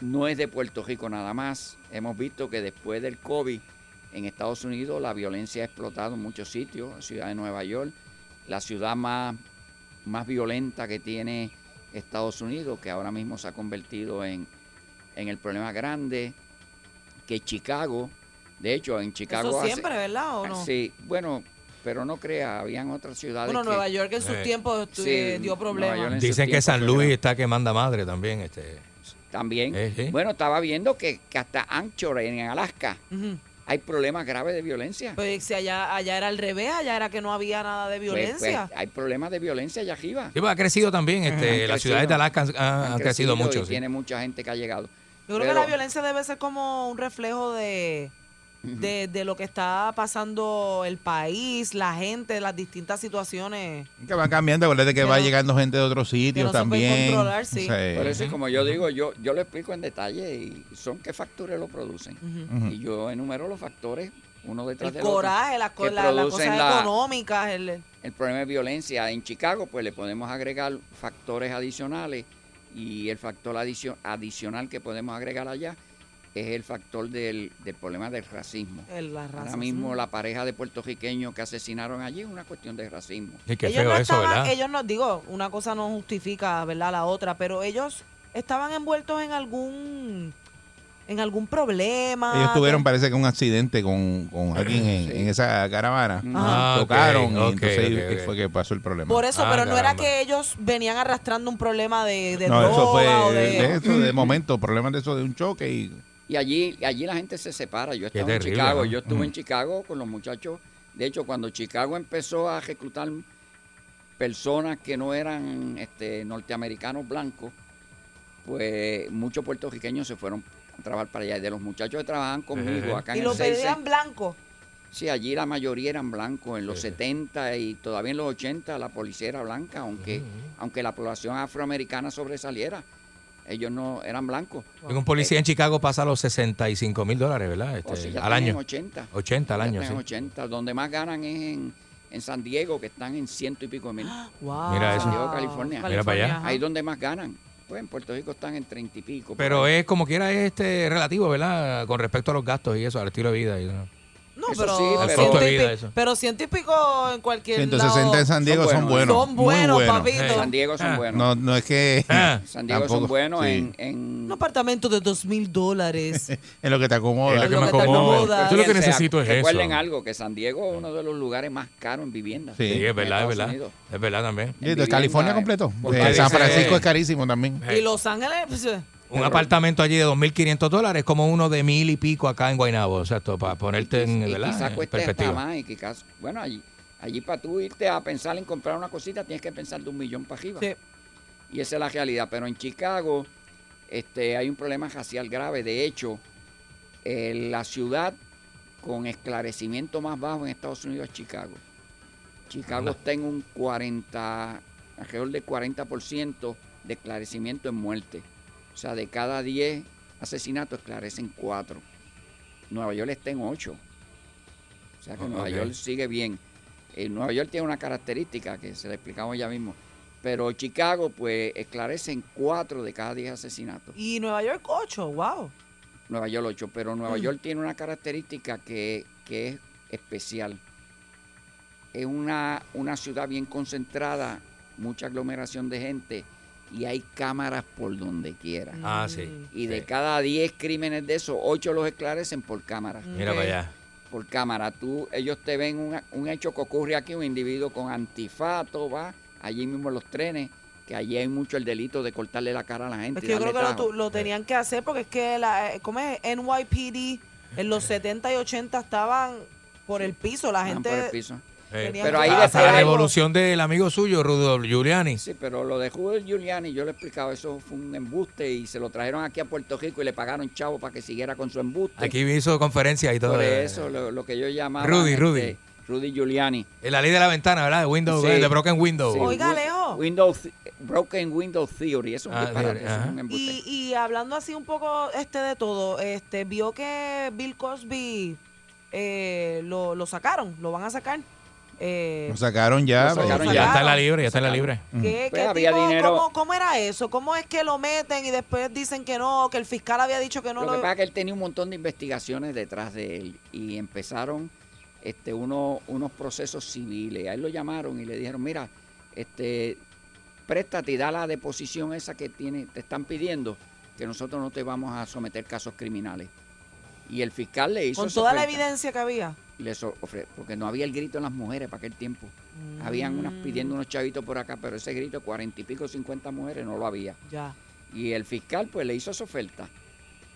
no es de Puerto Rico nada más. Hemos visto que después del COVID en Estados Unidos la violencia ha explotado en muchos sitios, la ciudad de Nueva York, la ciudad más, más violenta que tiene Estados Unidos, que ahora mismo se ha convertido en, en el problema grande, que Chicago, de hecho en Chicago... Eso hace- siempre, ¿verdad? ¿O no? Sí, bueno, pero no crea, habían otras ciudades Bueno, que- Nueva York en sus Eh. tiempos tu- Sí, eh, Nueva dio York problemas. en su Dicen que tiempo San fue Luis grave. está que manda madre también. Este. También. Eh, sí. Bueno, estaba viendo que, que hasta Anchorage en Alaska Ujú. hay problemas graves de violencia. Pero si allá, allá era al revés, allá era que no había nada de Pues- violencia. pues, hay problemas de violencia allá arriba. Sí, pues, ha crecido también. Este, Han las ciudades crecido. de Alaska han, han- han crecido, y mucho. sí. tiene mucha gente que ha llegado. Yo creo Pero- que la violencia debe ser como un reflejo de, de, de lo que está pasando el país, la gente, las distintas situaciones. Que van cambiando, acuérdate que Que va no- llegando gente de otros sitios que no se puede también. controlar, sí. Por eso, y como yo digo, yo, yo lo explico en detalle y son qué factores lo producen. Y yo enumero los factores uno detrás El del otro. coraje, las, co- que la- las producen cosas la- económicas. El, el problema de violencia en Chicago, pues le podemos agregar factores adicionales y el factor adicio- adicional que podemos agregar allá es el factor del, del problema del racismo. el- las razas. Ahora mismo Mm. la pareja de puertorriqueños que asesinaron allí es una cuestión de racismo. Sí, qué ellos feo no eso, estaban- ¿verdad? Ellos nos digo, una cosa no justifica, ¿verdad? La otra, pero ellos estaban envueltos en algún en algún problema. Ah, Ellos tuvieron, parece que un accidente con, con alguien en, Sí. en esa caravana. Ah, ok, Tocaron ok, y entonces ok, ahí ok. fue que pasó el problema. Por eso, Ah, pero no era caramba. que ellos venían arrastrando un problema de, de no, droga eso fue o de... de, eso, <clears throat> de momento, problemas de eso, de un choque y Y allí, allí la gente se separa. Yo estaba terrible, en Chicago, ¿no? Mm. yo estuve en Chicago con los muchachos. De hecho, cuando Chicago empezó a reclutar personas que no eran este, norteamericanos blancos, pues muchos puertorriqueños se fueron a trabajar para allá. Y de los muchachos que trabajaban conmigo Ejé. acá en Y el lo 66, pedían blanco. Sí, allí la mayoría eran blancos. En los Sí, sí. 70 y todavía en los 80 la policía era blanca, Mm, aunque, aunque la población afroamericana sobresaliera. Ellos no eran blancos. Tengo un policía en Chicago pasa los 65 mil dólares, ¿verdad? Este, O sea, Oh, ya al tienen año. 80. 80 al Ya año, están sí. en 80. Donde más ganan es en, en San Diego, que están en ciento y pico de mil. <gasps> Wow. Mira eso. Santiago, California. Mira para allá. ajá. Ahí es donde más ganan. Pues en Puerto Rico están en treinta y pico. por Pero ahí. es como quiera este relativo, ¿verdad? Con respecto a los gastos y eso, al estilo de vida. y eso. No, Eso pero, sí, pero- El ciento costo de y vida, pi- eso. pero ciento y pico en cualquier 160 lado. en San Diego son buenos. Son muy buenos, papito. Ah. En San Diego son buenos. No, no es que. <laughs> <laughs> Ah. San Diego tampoco- son buenos sí. en, en- Un apartamento de dos mil dólares. <laughs> En lo que te acomoda. Es lo que lo me que te acomoda. acomoda. Yo lo que Fíjense, necesito es eso. Recuerden algo, que San Diego es uno de los lugares más caros en vivienda. Sí. Sí, es verdad, Ah, es Estados verdad. Unidos. Es verdad también. Sí, de California completo. Porque De San dice- Francisco es carísimo también. y Los Ángeles, pues, eh, Un apartamento allí de 2.500 dólares es como uno de mil y pico acá en Guaynabo. O sea, esto, para ponerte en, Y ¿verdad? quizás en cueste hasta perspectiva. más y quizás, bueno, allí, allí para tú irte a pensar en comprar una cosita tienes que pensar de un millón para arriba. sí. Y esa es la realidad. Pero en Chicago este, hay un problema racial grave. De hecho, eh, la ciudad con esclarecimiento más bajo en Estados Unidos es Chicago. Chicago está en un 40, alrededor del 40% de esclarecimiento en muerte. O sea, de cada 10 asesinatos esclarecen 4. Nueva York está en 8. O sea que Ah, Nueva ok. York sigue bien. Eh, Nueva York tiene una característica que se la explicamos ya mismo. Pero Chicago, pues, esclarecen 4 de cada 10 asesinatos. Y Nueva York, ocho, wow. Mm. Nueva York 8, pero Nueva York tiene una característica que, que es especial. Es una, una ciudad bien concentrada, mucha aglomeración de gente y hay cámaras por donde quiera. Mm. Ah, sí. Y de Sí. cada 10 crímenes de esos, 8 los esclarecen por cámara. Mm. Mira Ok. para allá. Por cámara, tú, ellos te ven un, un hecho que ocurre aquí, un individuo con antifato, va, allí mismo en los trenes, que allí hay mucho el delito de cortarle la cara a la gente. Es y que yo creo darle que lo, tajo. tu- lo tenían que hacer porque es que la, eh, ¿cómo es? NYPD en los 70 y 80 estaban por el piso. La Van gente. por el piso. Eh, Tenía Pero ahí hasta después la algo- revolución del amigo suyo, Rudolf Giuliani. Sí, pero lo de Julio Giuliani, yo lo he explicado, eso fue un embuste y se lo trajeron aquí a Puerto Rico y le pagaron chavo para que siguiera con su embuste. Aquí hizo conferencias y todo. Por eso, lo, lo que yo llamaba... Rudy, este, Rudy. Rudy Giuliani. En la ley de la ventana, ¿verdad? De Windows, Sí. eh, de Broken Windows. Sí, Oiga, Wi- Leo. Windows, Broken Windows Theory, eso es un Ah, disparate, theory, eso es ajá. un embuste. Y, y hablando así un poco este de todo, este vio que Bill Cosby eh, lo, lo sacaron, lo van a sacar. Eh, Lo sacaron ya. Lo sacaron eh, Ya está en la libre, ya está en la Sacaron. libre. ¿qué- Pues qué había tipo- dinero. ¿cómo, cómo era eso? ¿Cómo es que lo meten y después dicen que no, que el fiscal había dicho que no lo lo... que pasa es que él tenía un montón de investigaciones detrás de él y empezaron este, uno, unos procesos civiles. A él lo llamaron y le dijeron, mira, este, préstate y da la deposición esa que tiene, te están pidiendo, que nosotros no te vamos a someter casos criminales. Y el fiscal le hizo... con esa toda la oferta. evidencia que había. Les ofre- porque no había el grito en las mujeres para aquel tiempo. Habían unas Mm. pidiendo unos chavitos por acá, pero ese grito, cuarenta y pico, cincuenta mujeres, no lo había. Ya. Y el fiscal pues le hizo esa oferta.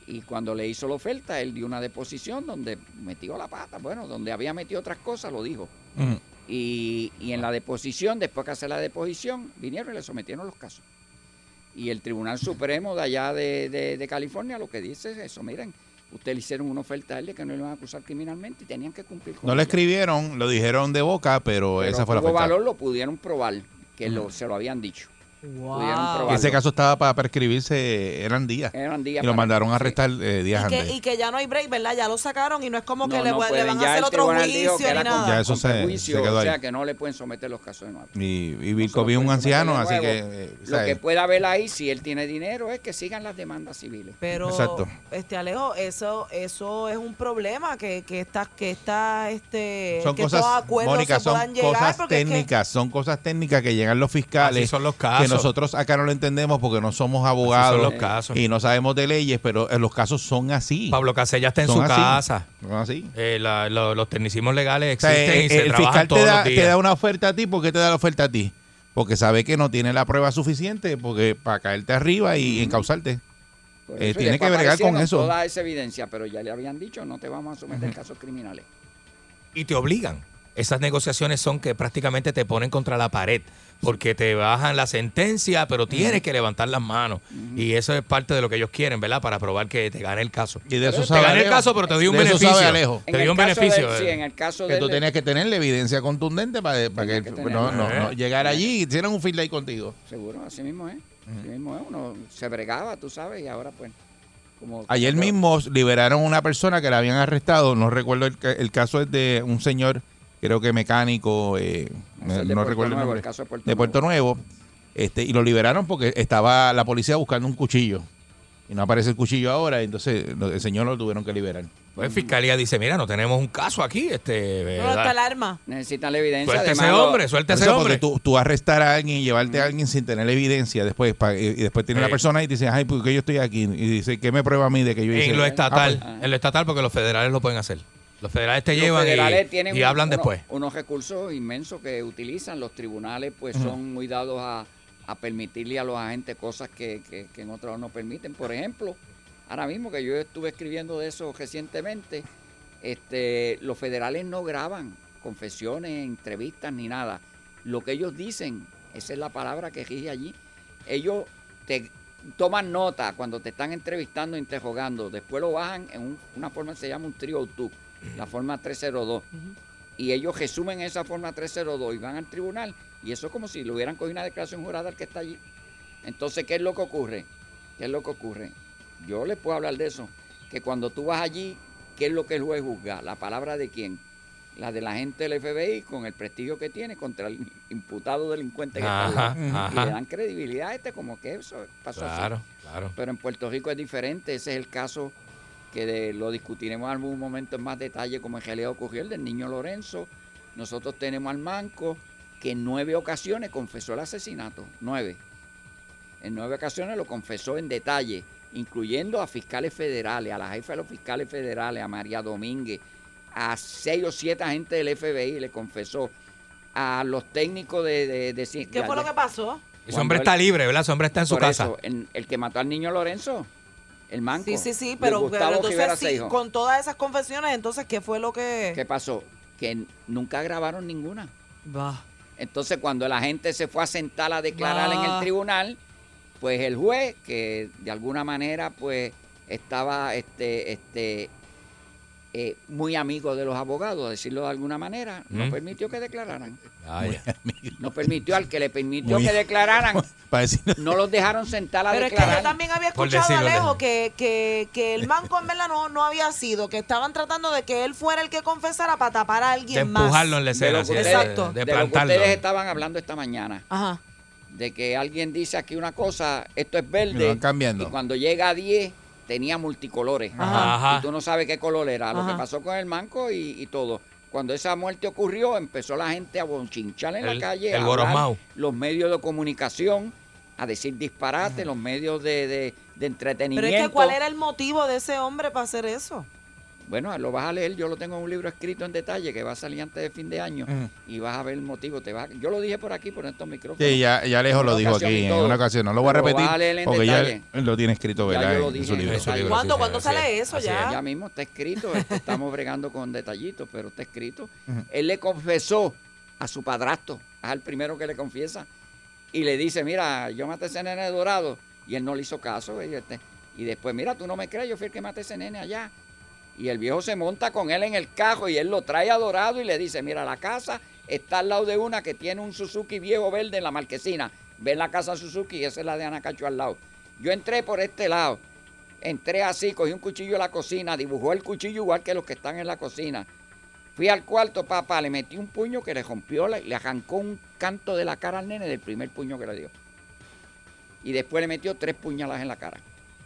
Y cuando le hizo la oferta, él dio una deposición donde metió la pata, bueno, donde había metido otras cosas, lo dijo. Ujú. Y, y en la deposición, después que hacer la deposición, vinieron y le sometieron los casos. Y el Tribunal Supremo de allá de, de- de California lo que dice es eso, miren, ustedes le hicieron una oferta a él de que no le iban a acusar criminalmente y tenían que cumplir con No lo ella. escribieron, lo dijeron de boca, pero, Pero esa fue la tuvo oferta. valor lo pudieron probar, que lo, se lo habían dicho. Pudieron Wow. probar. Ese caso estaba para prescribirse, eran días. Eran días Y lo para- mandaron a sí. arrestar eh, días Y que, antes. y que ya no hay break, ¿verdad? Ya lo sacaron y no es como que No, le, no va- le pueden. van Ya a hacer el otro tribunal dijo que juicio era ni con- nada. Ya eso con se- prejuicio, se quedó O sea, ahí. que no le pueden someter los casos de nuevo. Y, y No Bill se Cosby es lo un pueden anciano, someter así de que... nuevo. eh, Lo que ¿sabes? pueda haber ahí, si él tiene dinero, es que sigan las demandas civiles. Pero, Exacto. este Alejo, eso, eso es un problema que, que estas, que estas, este, son que cosas, todos acuerdos Mónica, se son puedan llegar, cosas porque es que- técnicas, son cosas técnicas que llegan los fiscales, Así son los casos. que nosotros acá no lo entendemos porque no somos Esos abogados son los casos. y no sabemos de leyes, pero eh, los casos son así. Pablo Casella está en Son su así. casa. Son así. Eh, la- lo- los tecnicismos legales O sea, existen eh, y se el trabajan fiscal todos te da, los te días. da una oferta a ti, ¿por qué te da la oferta a ti? Porque sabe que no tiene la prueba suficiente porque para caerte arriba y encausarte. Mm. Por Eh, eso, y tiene después que bregar con aparecieron eso. Toda esa evidencia, pero ya le habían dicho, no te vamos a someter casos criminales. y te obligan. Esas negociaciones son que prácticamente te ponen contra la pared, porque te bajan la sentencia, pero tienes que levantar las manos. Y eso es parte de lo que ellos quieren, ¿verdad? Para probar que te gane el caso. Y de eso Te Te sabe gané el Alejo. caso, pero te doy un De eso beneficio. sabe Alejo. Te En doy el un caso beneficio. de él, sí, eh. en el caso Que de tú él, tenías que tener la evidencia contundente para, para que, Tenías que tener- no, no, no, Eh. llegar allí y hicieran un field day contigo. seguro, así mismo es. Así mismo es, uno se bregaba, tú sabes, y ahora pues... Como, Ayer como- mismo liberaron una persona que la habían arrestado. No recuerdo el, ca- el caso es de un señor, creo que mecánico, eh, Es el de no Puerto recuerdo Nuevo, el nombre, el caso de Puerto de Puerto Nuevo. Este, y lo liberaron porque estaba la policía buscando un cuchillo. y no aparece el cuchillo ahora, entonces lo- el señor lo tuvieron que liberar. Pues fiscalía dice, mira, no tenemos un caso aquí, este, No está ¿verdad? el arma. Necesitan la evidencia. Pues este Suelta ese además, lo- hombre, suelta Por ese eso, porque hombre. tú, tú arrestar a alguien y llevarte a alguien sin tener evidencia después pa- y, y después tiene Sí. la persona y dice, ay, porque yo estoy aquí? Y dice, ¿qué me prueba a mí de que yo hice? En lo Ah, estatal, pues- en lo estatal porque los federales lo pueden hacer. Los federales te Los llevan y- federales y, tienen un- hablan uno- después. Unos recursos inmensos que utilizan. Los tribunales pues son muy dados a, a permitirle a los agentes cosas que, que- que en otros no permiten. Por ejemplo, ahora mismo que yo estuve escribiendo de eso recientemente, este, los federales no graban confesiones, entrevistas ni nada. Lo que ellos dicen, esa es la palabra que rige allí. Ellos te toman nota cuando te están entrevistando, interrogando. Después lo bajan en un- una forma que se llama un trio tú, la forma 302 y ellos resumen esa forma 302 y van al tribunal y eso es como si le hubieran cogido una declaración jurada al que está allí. Entonces, ¿qué es lo que ocurre? ¿Qué es lo que ocurre? Yo les puedo hablar de eso, que cuando tú vas allí, ¿qué es lo que el juez juzga? ¿La palabra de quién? La de la gente del FBI con el prestigio que tiene contra el imputado delincuente que está Ajá, allí. Y le ajá. dan credibilidad a este como que eso pasó así. Claro, claro. Pero en Puerto Rico es diferente. Ese es el caso que de- lo discutiremos en algún momento en más detalle, como en realidad ocurrió el del niño Lorenzo. Nosotros tenemos al Manco, que en nueve ocasiones confesó el asesinato. Nueve. En nueve ocasiones lo confesó en detalle, incluyendo a fiscales federales, a la jefa de los fiscales federales, a María Domínguez, a seis o siete agentes del FBI le confesó, a los técnicos de... de, de cien- ¿Qué de- fue lo que pasó? Ese hombre Cuando él- está libre, ¿verdad? Ese hombre está en su por casa. eso, en- el que mató al niño Lorenzo, el manco. Sí, sí, sí, Luis pero, Gustavo pero Rivera entonces sí, Seijo. con todas esas confesiones, entonces, ¿qué fue lo que...? ¿Qué pasó? Que n- nunca grabaron ninguna. Bah. Entonces, cuando la gente se fue a sentar a declarar en Ah. el tribunal, pues el juez, que de alguna manera, pues, estaba este, este, eh, muy amigo de los abogados, a decirlo de alguna manera, no Mm. permitió que declararan. Vaya. No permitió al que le permitió Muy- que <laughs> declararan. pues, Para decir, No los dejaron sentar a Pero es que declarar. yo también había Por escuchado, decirlo, Alejo, Alejo. que, que, que el manco en verdad no, no había sido, que estaban tratando de que él fuera el que confesara para tapar a alguien De más. empujarlo en la de escena, lo así, que de, ustedes- Exacto. de de lo que plantarlo. ustedes estaban hablando esta mañana. Ajá. de que alguien dice aquí una cosa, esto es Lo verde, van cambiando. y cuando llega a 10 tenía multicolores. Ajá. Y tú no sabes qué color era, lo Ajá. que pasó con el manco y, y todo. Cuando esa muerte ocurrió, empezó la gente a bonchinchar en El- la calle, el a Gorosmau. los medios de comunicación, a decir disparates, los medios de, de- de Pero entretenimiento. es que ¿cuál era el motivo de ese hombre para hacer eso? Bueno, lo vas a leer, yo lo tengo en un libro escrito en detalle que va a salir antes de fin de año y vas a ver el motivo. Te vas a- Yo lo dije por aquí, por estos micrófonos. Sí, ya, ya Alejo Una lo dijo ocasión y aquí en todo. una ocasión. No lo voy a Pero repetir va a leer en porque ya detalle. él lo tiene escrito Ya ¿verdad? yo lo en dije su en libro. En su detalle. libro, ¿Cuándo- sí, cuándo sí, sale así eso es. ya? Ya mismo está escrito, <laughs> este, estamos bregando con detallitos, pero está escrito. Él le confesó a su padrastro, es el primero que le confiesa, y le dice, mira, yo maté a ese nene de dorado, y él no le hizo caso, y, este, y después, mira, tú no me crees, yo fui el que maté a ese nene allá. Y el viejo se monta con él en el carro y él lo trae a Dorado y le dice, mira, la casa está al lado de una que tiene un Suzuki viejo verde en la marquesina. Ven la casa Suzuki y esa es la de Anacacho al lado. Yo entré por este lado. Entré así, cogí un cuchillo de la cocina, dibujó el cuchillo igual que los que están en la cocina. Fui al cuarto, papá, le metí un puño que le rompió, la- le arrancó un canto de la cara al nene del primer puño que le dio. Y después le metió tres puñaladas en la cara.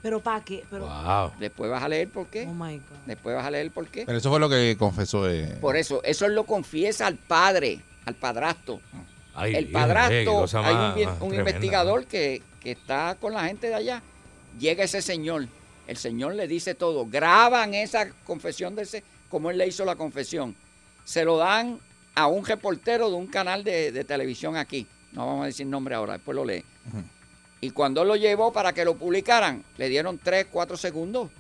¿Pero para qué? Pero, Wow. Después vas a leer por qué. Oh, my God. Después vas a leer por qué. Pero eso fue lo que confesó. eh. Por eso, eso él lo confiesa al padre, al padrastro. Ay, el Dios, qué padrastro, cosa hay más- un, bien- más un tremenda. investigador que, que está con la gente de allá. Llega ese señor, el señor le dice todo, graban esa confesión de ese, como él le hizo la confesión. Se lo dan a un reportero de un canal de, de televisión aquí. No vamos a decir nombre ahora, después lo lee. Y cuando lo llevó para que lo publicaran, le dieron 3, 4 segundos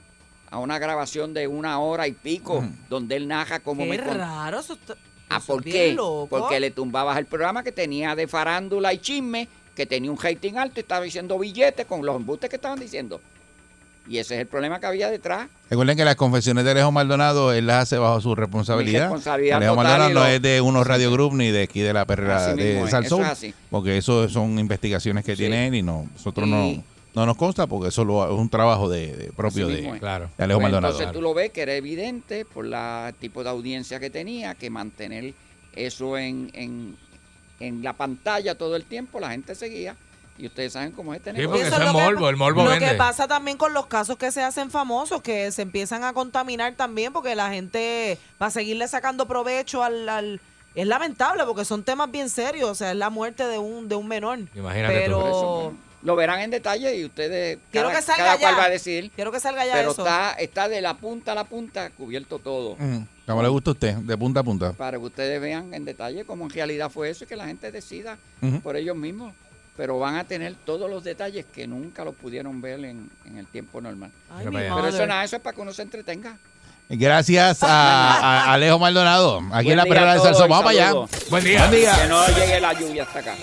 a una grabación de una hora y pico, Mm. donde él naja como Qué me contó. raro. Eso está, Ah, eso ¿por es bien qué? loco. Porque le tumbabas el programa que tenía de farándula y chisme, que tenía un rating alto y estaba diciendo billetes con los embustes que estaban diciendo. Y ese es el problema que había detrás. Recuerden que las confesiones de Alejo Maldonado él las hace bajo su Mi responsabilidad. responsabilidad Alejo total Maldonado y no lo- es de unos Radio Group ni de aquí de la Así perrera mismo de es, Salsón. eso es así. Porque eso son investigaciones que Sí. tiene él y no, nosotros Y- no, no nos consta porque eso lo- es un trabajo de, de- propio Así de, mismo es. Claro. de Alejo Pues Maldonado. Entonces tú lo ves que era evidente por el tipo de audiencia que tenía, que mantener eso en, en- en la pantalla todo el tiempo, la gente seguía. Y ustedes saben cómo es este Sí, negocio. porque Eso eso es es lo que morbo, pa- Pues el morbo Lo que vende. pasa también con los casos que se hacen famosos, que se empiezan a contaminar también, porque la gente va a seguirle sacando provecho al... al- es lamentable porque son temas bien serios, o sea, es la muerte de un, de un menor. Imagínate tú. pero Por eso, bueno, lo verán en detalle y ustedes, Quiero cada, que salga cada cual ya. va a decidir. quiero que salga ya Pero eso. está, está de la punta a la punta cubierto todo. Ujú. Como le gusta a usted, de punta a punta. Para que ustedes vean en detalle cómo en realidad fue eso y que la gente decida Ujú. por ellos mismos. Pero van a tener todos los detalles que nunca los pudieron ver en, en el tiempo normal. Ay, Pero mi vaya. Pero eso madre. nada, eso es para que uno se entretenga. Gracias a, a Alejo Maldonado. Aquí Buen en la día perrera a de todos Salsón. y Vamos para allá. saludos. Buen día. Que no llegue la lluvia hasta acá.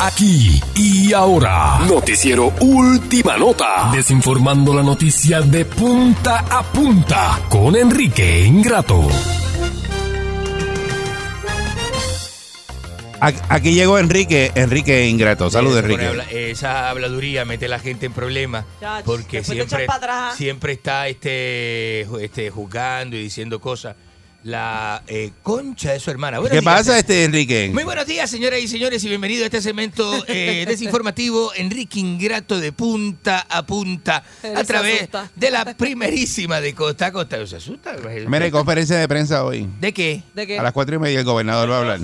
Aquí y ahora. Noticiero Última Nota. Desinformando la noticia de punta a punta con Enrique Ingrato. Aquí, aquí llegó Enrique, Enrique Ingrato. Saludos, Se pone Enrique. a Eh, habla- esa habladuría mete a la gente en problemas Chacho, porque después te echan siempre, pa' atrás. siempre está este, ju- este juzgando y diciendo cosas. La eh, concha de su hermana. Buenos ¿Qué días, pasa, eh. este Enrique? Muy buenos días, señoras y señores, y bienvenido a este segmento <laughs> eh, desinformativo Enrique Ingrato de punta a punta Él a se través asusta. de la primerísima de Costa a Costa. ¿Se asusta? eh, Mire, conferencia de prensa hoy. ¿De qué? ¿De qué? A las cuatro y media el gobernador va a hablar.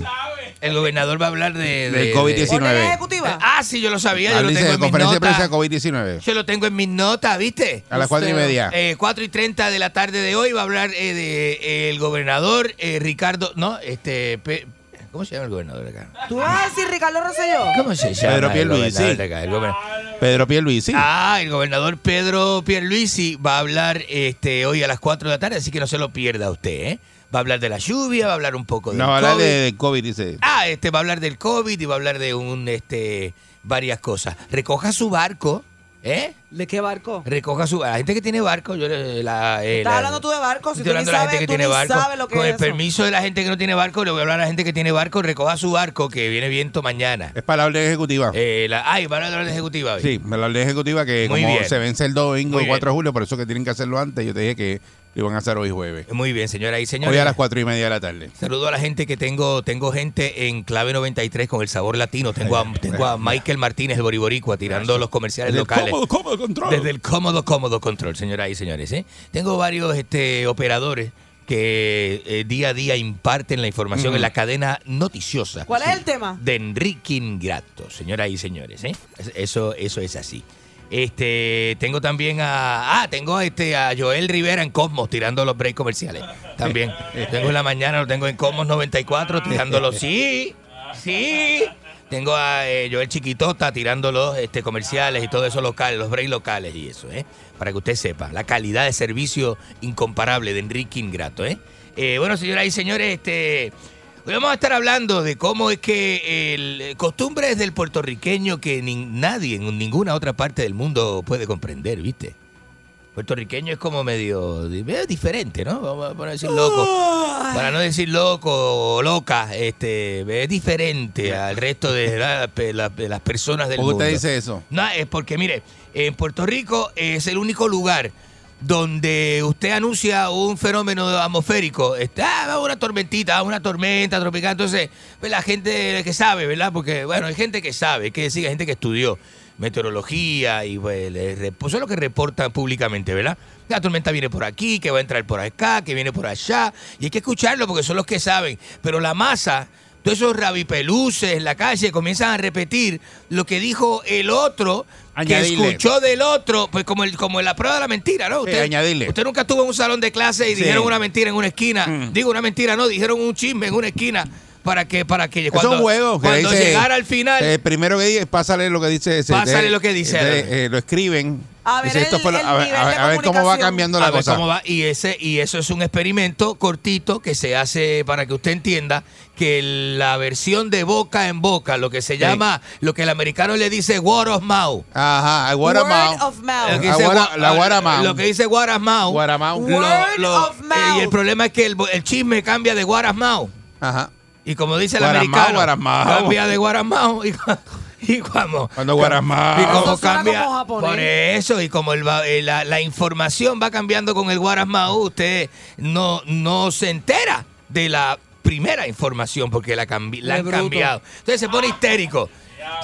El gobernador va a hablar de... Del de- de- COVID-19. ¿Orden ejecutiva? Ah, sí, yo lo sabía, yo Él lo dice tengo en mis conferencia de prensa notas. COVID-19. Yo lo tengo en mis notas, ¿viste? A las cuatro y Usted- media. Eh, 4 y 30 de la tarde de hoy va a hablar eh, de, eh, el gobernador eh, Ricardo... No, este... Pe- ¿Cómo se llama el gobernador de acá? ¿Tú vas a decir Ricardo Rosselló? ¿Cómo se llama? Pedro el Pierluisi. gobernador de acá? El gobernador- Pedro Pierluisi. Ah, el gobernador Pedro Pierluisi va a hablar este, hoy a las 4 de la tarde, así que no se lo pierda usted, ¿eh? Va a hablar de la lluvia, va a hablar un poco del no, va a hablar COVID. de, de COVID, dice. Ah, este va a hablar del COVID y va a hablar de un este varias cosas. Recoja su barco, ¿eh? ¿De qué barco? Recoja su La gente que tiene barco, yo le- la eh, Estás la- hablando tú de barco, si Estoy tú ni hablando de la sabes, gente que tú tiene ni barco. sabes lo que Con es el eso. permiso de la gente que no tiene barco, le voy a hablar a la gente que tiene barco, recoja su barco que viene viento mañana. Es para la orden ejecutiva. Eh, la, ay, van a hablar de la ejecutiva. hoy. Sí, la orden ejecutiva que Muy como bien. se vence el domingo Muy 4 de julio, por eso que tienen que hacerlo antes. Yo te dije que lo iban a hacer hoy jueves. Muy bien, señora y señores. Hoy a las cuatro y media de la tarde. Saludo a la gente que tengo, tengo gente en clave 93 con el sabor latino. Tengo a, tengo a Michael Martínez, el boricua, tirando los comerciales locales. cómodo control. Desde el cómodo, cómodo control, señoras y señores. ¿eh? Tengo varios este, operadores que eh, día a día imparten la información en la cadena noticiosa ¿Cuál es el tema? de Enrique Ingrato, señoras y señores. ¿eh? Es- Eso, eso es así. Este, tengo también a. Ah, tengo a, este, a Joel Rivera en Cosmos tirando los breaks comerciales. También. tengo en la mañana, lo tengo en Cosmos 94 tirándolo. Sí, sí. Tengo a eh, Joel Chiquitota tirando los este, comerciales y todo eso locales, los breaks locales y eso, ¿eh? Para que usted sepa la calidad de servicio incomparable de Enrique Ingrato, ¿eh? Eh, bueno, señoras y señores, este. Hoy vamos a estar hablando de cómo es que el eh, costumbres del puertorriqueño que ni- nadie en ninguna otra parte del mundo puede comprender, ¿viste? Puertorriqueño es como medio, medio diferente, ¿no? Vamos a poner decir loco. Para no decir loco o loca, este, es diferente al resto de, la- pe- la- de las personas del ¿Por qué mundo. usted dice eso? No, es porque, mire, en Puerto Rico es el único lugar donde usted anuncia un fenómeno atmosférico. Está ah, va una tormentita, una tormenta tropical. Entonces, pues, la gente que sabe, ¿verdad? Porque, bueno, hay gente que sabe, hay que decir, hay gente que estudió meteorología y pues, le rep- eso es lo que reportan públicamente, ¿verdad? La tormenta viene por aquí, que va a entrar por acá, que viene por allá. Y hay que escucharlo porque son los que saben. Pero la masa todos esos rabipeluces en la calle comienzan a repetir lo que dijo el otro, Añadirle. que escuchó del otro, pues como el, como la prueba de la mentira, ¿no? Usted, añadirle. usted nunca estuvo en un salón de clase y Sí. Mm. dijeron una mentira en una esquina. Digo una mentira, no, dijeron un chisme en una esquina para que, para que Eso es cuando, un juego. que cuando dice- llegara al final. eh, primero que dice, pásale lo que dice ese. Pásale Entonces, lo que dice, entonces, Adonis. eh, lo escriben. A ver, Dice, esto el- fue lo- el a ver, nivel a ver- de a ver cómo va comunicación. cambiando A la ver cosa. cómo va. Y, ese, y eso es un experimento cortito que se hace para que usted entienda que la versión de boca en boca, lo que se llama, lo que el americano le dice word of mouth. Ajá, Word Guaramao. of mouth. Lo que Ah, dice guara- gua- la guaramao. Lo que dice What of mouth. Guaramao. Lo- Word of eh, mouth. y el problema es que el, bo- el chisme cambia de What of mouth. Ajá. Y como dice el Guaramao, americano, guaramao. cambia de Guaramao. Y, <laughs> cu- y como, Cuando guaramao. y como Eso suena cambia. como japonés. por eso, y como el, va- eh, la, la información va cambiando con el Guaramao, usted no, no se entera de la primera información porque la, cambi- la han cambiado. Entonces se pone histérico.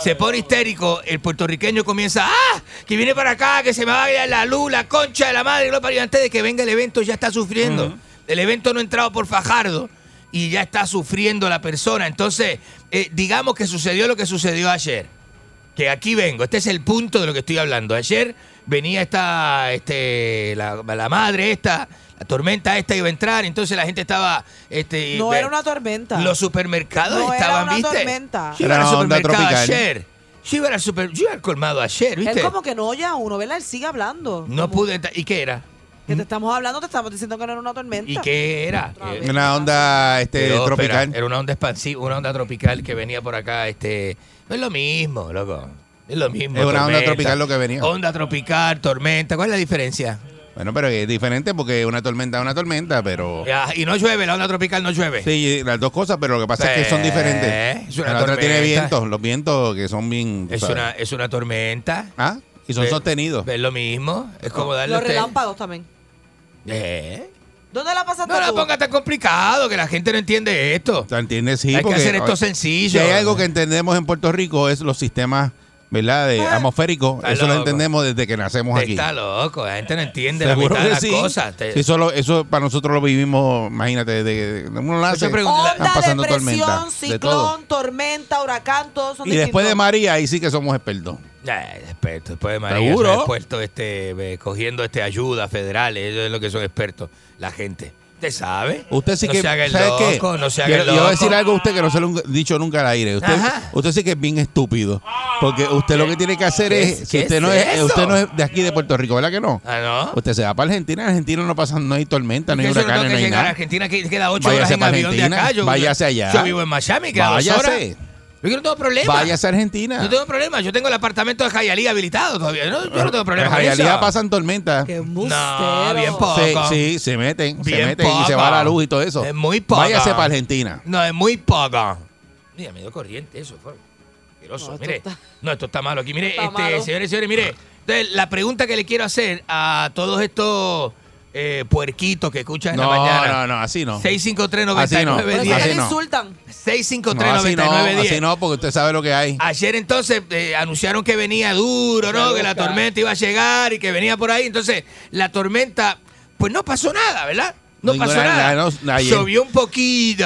Se pone histérico, el puertorriqueño comienza, ¡ah! Que viene para acá, que se me va a ir la luz, la concha de la madre, y lo parió. antes de que venga el evento ya está sufriendo. El evento no ha entrado por Fajardo y ya está sufriendo la persona. Entonces, eh, digamos que sucedió lo que sucedió ayer que aquí vengo. Este es el punto de lo que estoy hablando. Ayer venía esta, este, la, la madre esta, la tormenta esta iba a entrar, entonces la gente estaba, este, No ve- era una tormenta. los supermercados No era estaban, una ¿viste? tormenta. Yo iba Era al una onda supermercado tropical. ayer. Yo iba al super, yo iba al colmado ayer, ¿viste? Él como que no oye a uno, ¿verdad? Él sigue hablando. No Como pude entrar. ¿Y qué era? Que te estamos hablando, te estamos diciendo que no era una tormenta. ¿Y qué era? Otra Eh, vez. Una onda este, Pero, tropical. espera, era una onda expansiva, una onda tropical que venía por acá, este, no es lo mismo, loco. Es lo mismo. Es una onda tormenta. tropical lo que venía. Onda tropical, tormenta, ¿cuál es la diferencia? Bueno, pero es diferente porque una tormenta es una tormenta, pero... Ya, y no llueve, la onda tropical no llueve. Sí, las dos cosas, pero lo que pasa es que son Eh, diferentes. es una la otra tiene tormenta. vientos, los vientos que son bien... tú Es sabes. una, es una tormenta. Ah, y son Ve- sostenidos. Es lo mismo. Es como darle a Los usted- relámpagos también. Eh. ¿Dónde la pasaste No la tú? ponga tan complicado, que la gente no entiende esto. O sea, ¿Entiendes? Sí, Hay que porque, hacer esto oye, sencillo. Si hay algo que entendemos en Puerto Rico es los sistemas, ¿verdad? De Ah. atmosféricos. está Eso lo loco. entendemos desde que nacemos Te aquí. Está loco, la gente no entiende Seguro la mitad de que las sí. cosas. Te- Sí, solo- eso para nosotros lo vivimos, imagínate, de, de- uno nace, Yo pregunto, están Onda, pasando depresión, tormentas, de todo. ciclón, tormenta, huracán, todos son Y después de distintos. María, ahí sí que somos expertos. Eh, expertos, después de María, ¿Seguro? son expertos, este, eh, cogiendo este ayuda federales, ellos es lo que son expertos, la gente. Usted sabe. Usted sí no que. se haga el ¿sabe qué? loco, no se haga Quiero- el yo loco. voy a decir algo a usted que no se lo he dicho nunca al aire. Usted, Ajá. usted sí que es bien estúpido. Porque usted lo que tiene que hacer ¿Qué es. es- si qué usted es no es, eso? usted no es de aquí de Puerto Rico, ¿verdad que no? Ah, ¿no? Usted se va para Argentina, en Argentina no pasa, no hay tormenta, no hay Yo solo tengo huracanes, que no hay llegar a nada. Argentina, que queda 8 Váyase horas en pa' avión de Argentina, acá. Yo, váyase allá. Yo vivo en Miami, queda dos Váyase. horas. Yo no tengo problema. Váyase a Argentina. No tengo problema. Yo tengo el apartamento de Jayalí habilitado todavía. No, yo no tengo problema. En con realidad eso. pasan tormentas. Qué No, embustero. bien poco. Se, sí, se meten, se Bien meten y se poco. va la luz y todo eso. Es muy poco. Váyase para Argentina. No, es muy poca. Mira, me dio corriente eso. fue asqueroso. No, esto mire, está- no, esto está malo aquí. Mire, Está este, malo. señores y señores, mire. Entonces, la pregunta que le quiero hacer a todos estos eh, puerquitos que escuchan en No, la mañana. no, no, así no. 653-9910. Por Así eso que le no. insultan. No, así no, 653-9910. así no, porque usted sabe lo que hay. Ayer entonces eh, anunciaron que venía duro, ¿no? Que la tormenta iba a llegar y que venía por ahí. Entonces, la tormenta, pues no pasó nada, ¿verdad? No Ninguna- pasó nada. nada, no, ayer. Llovió un poquito.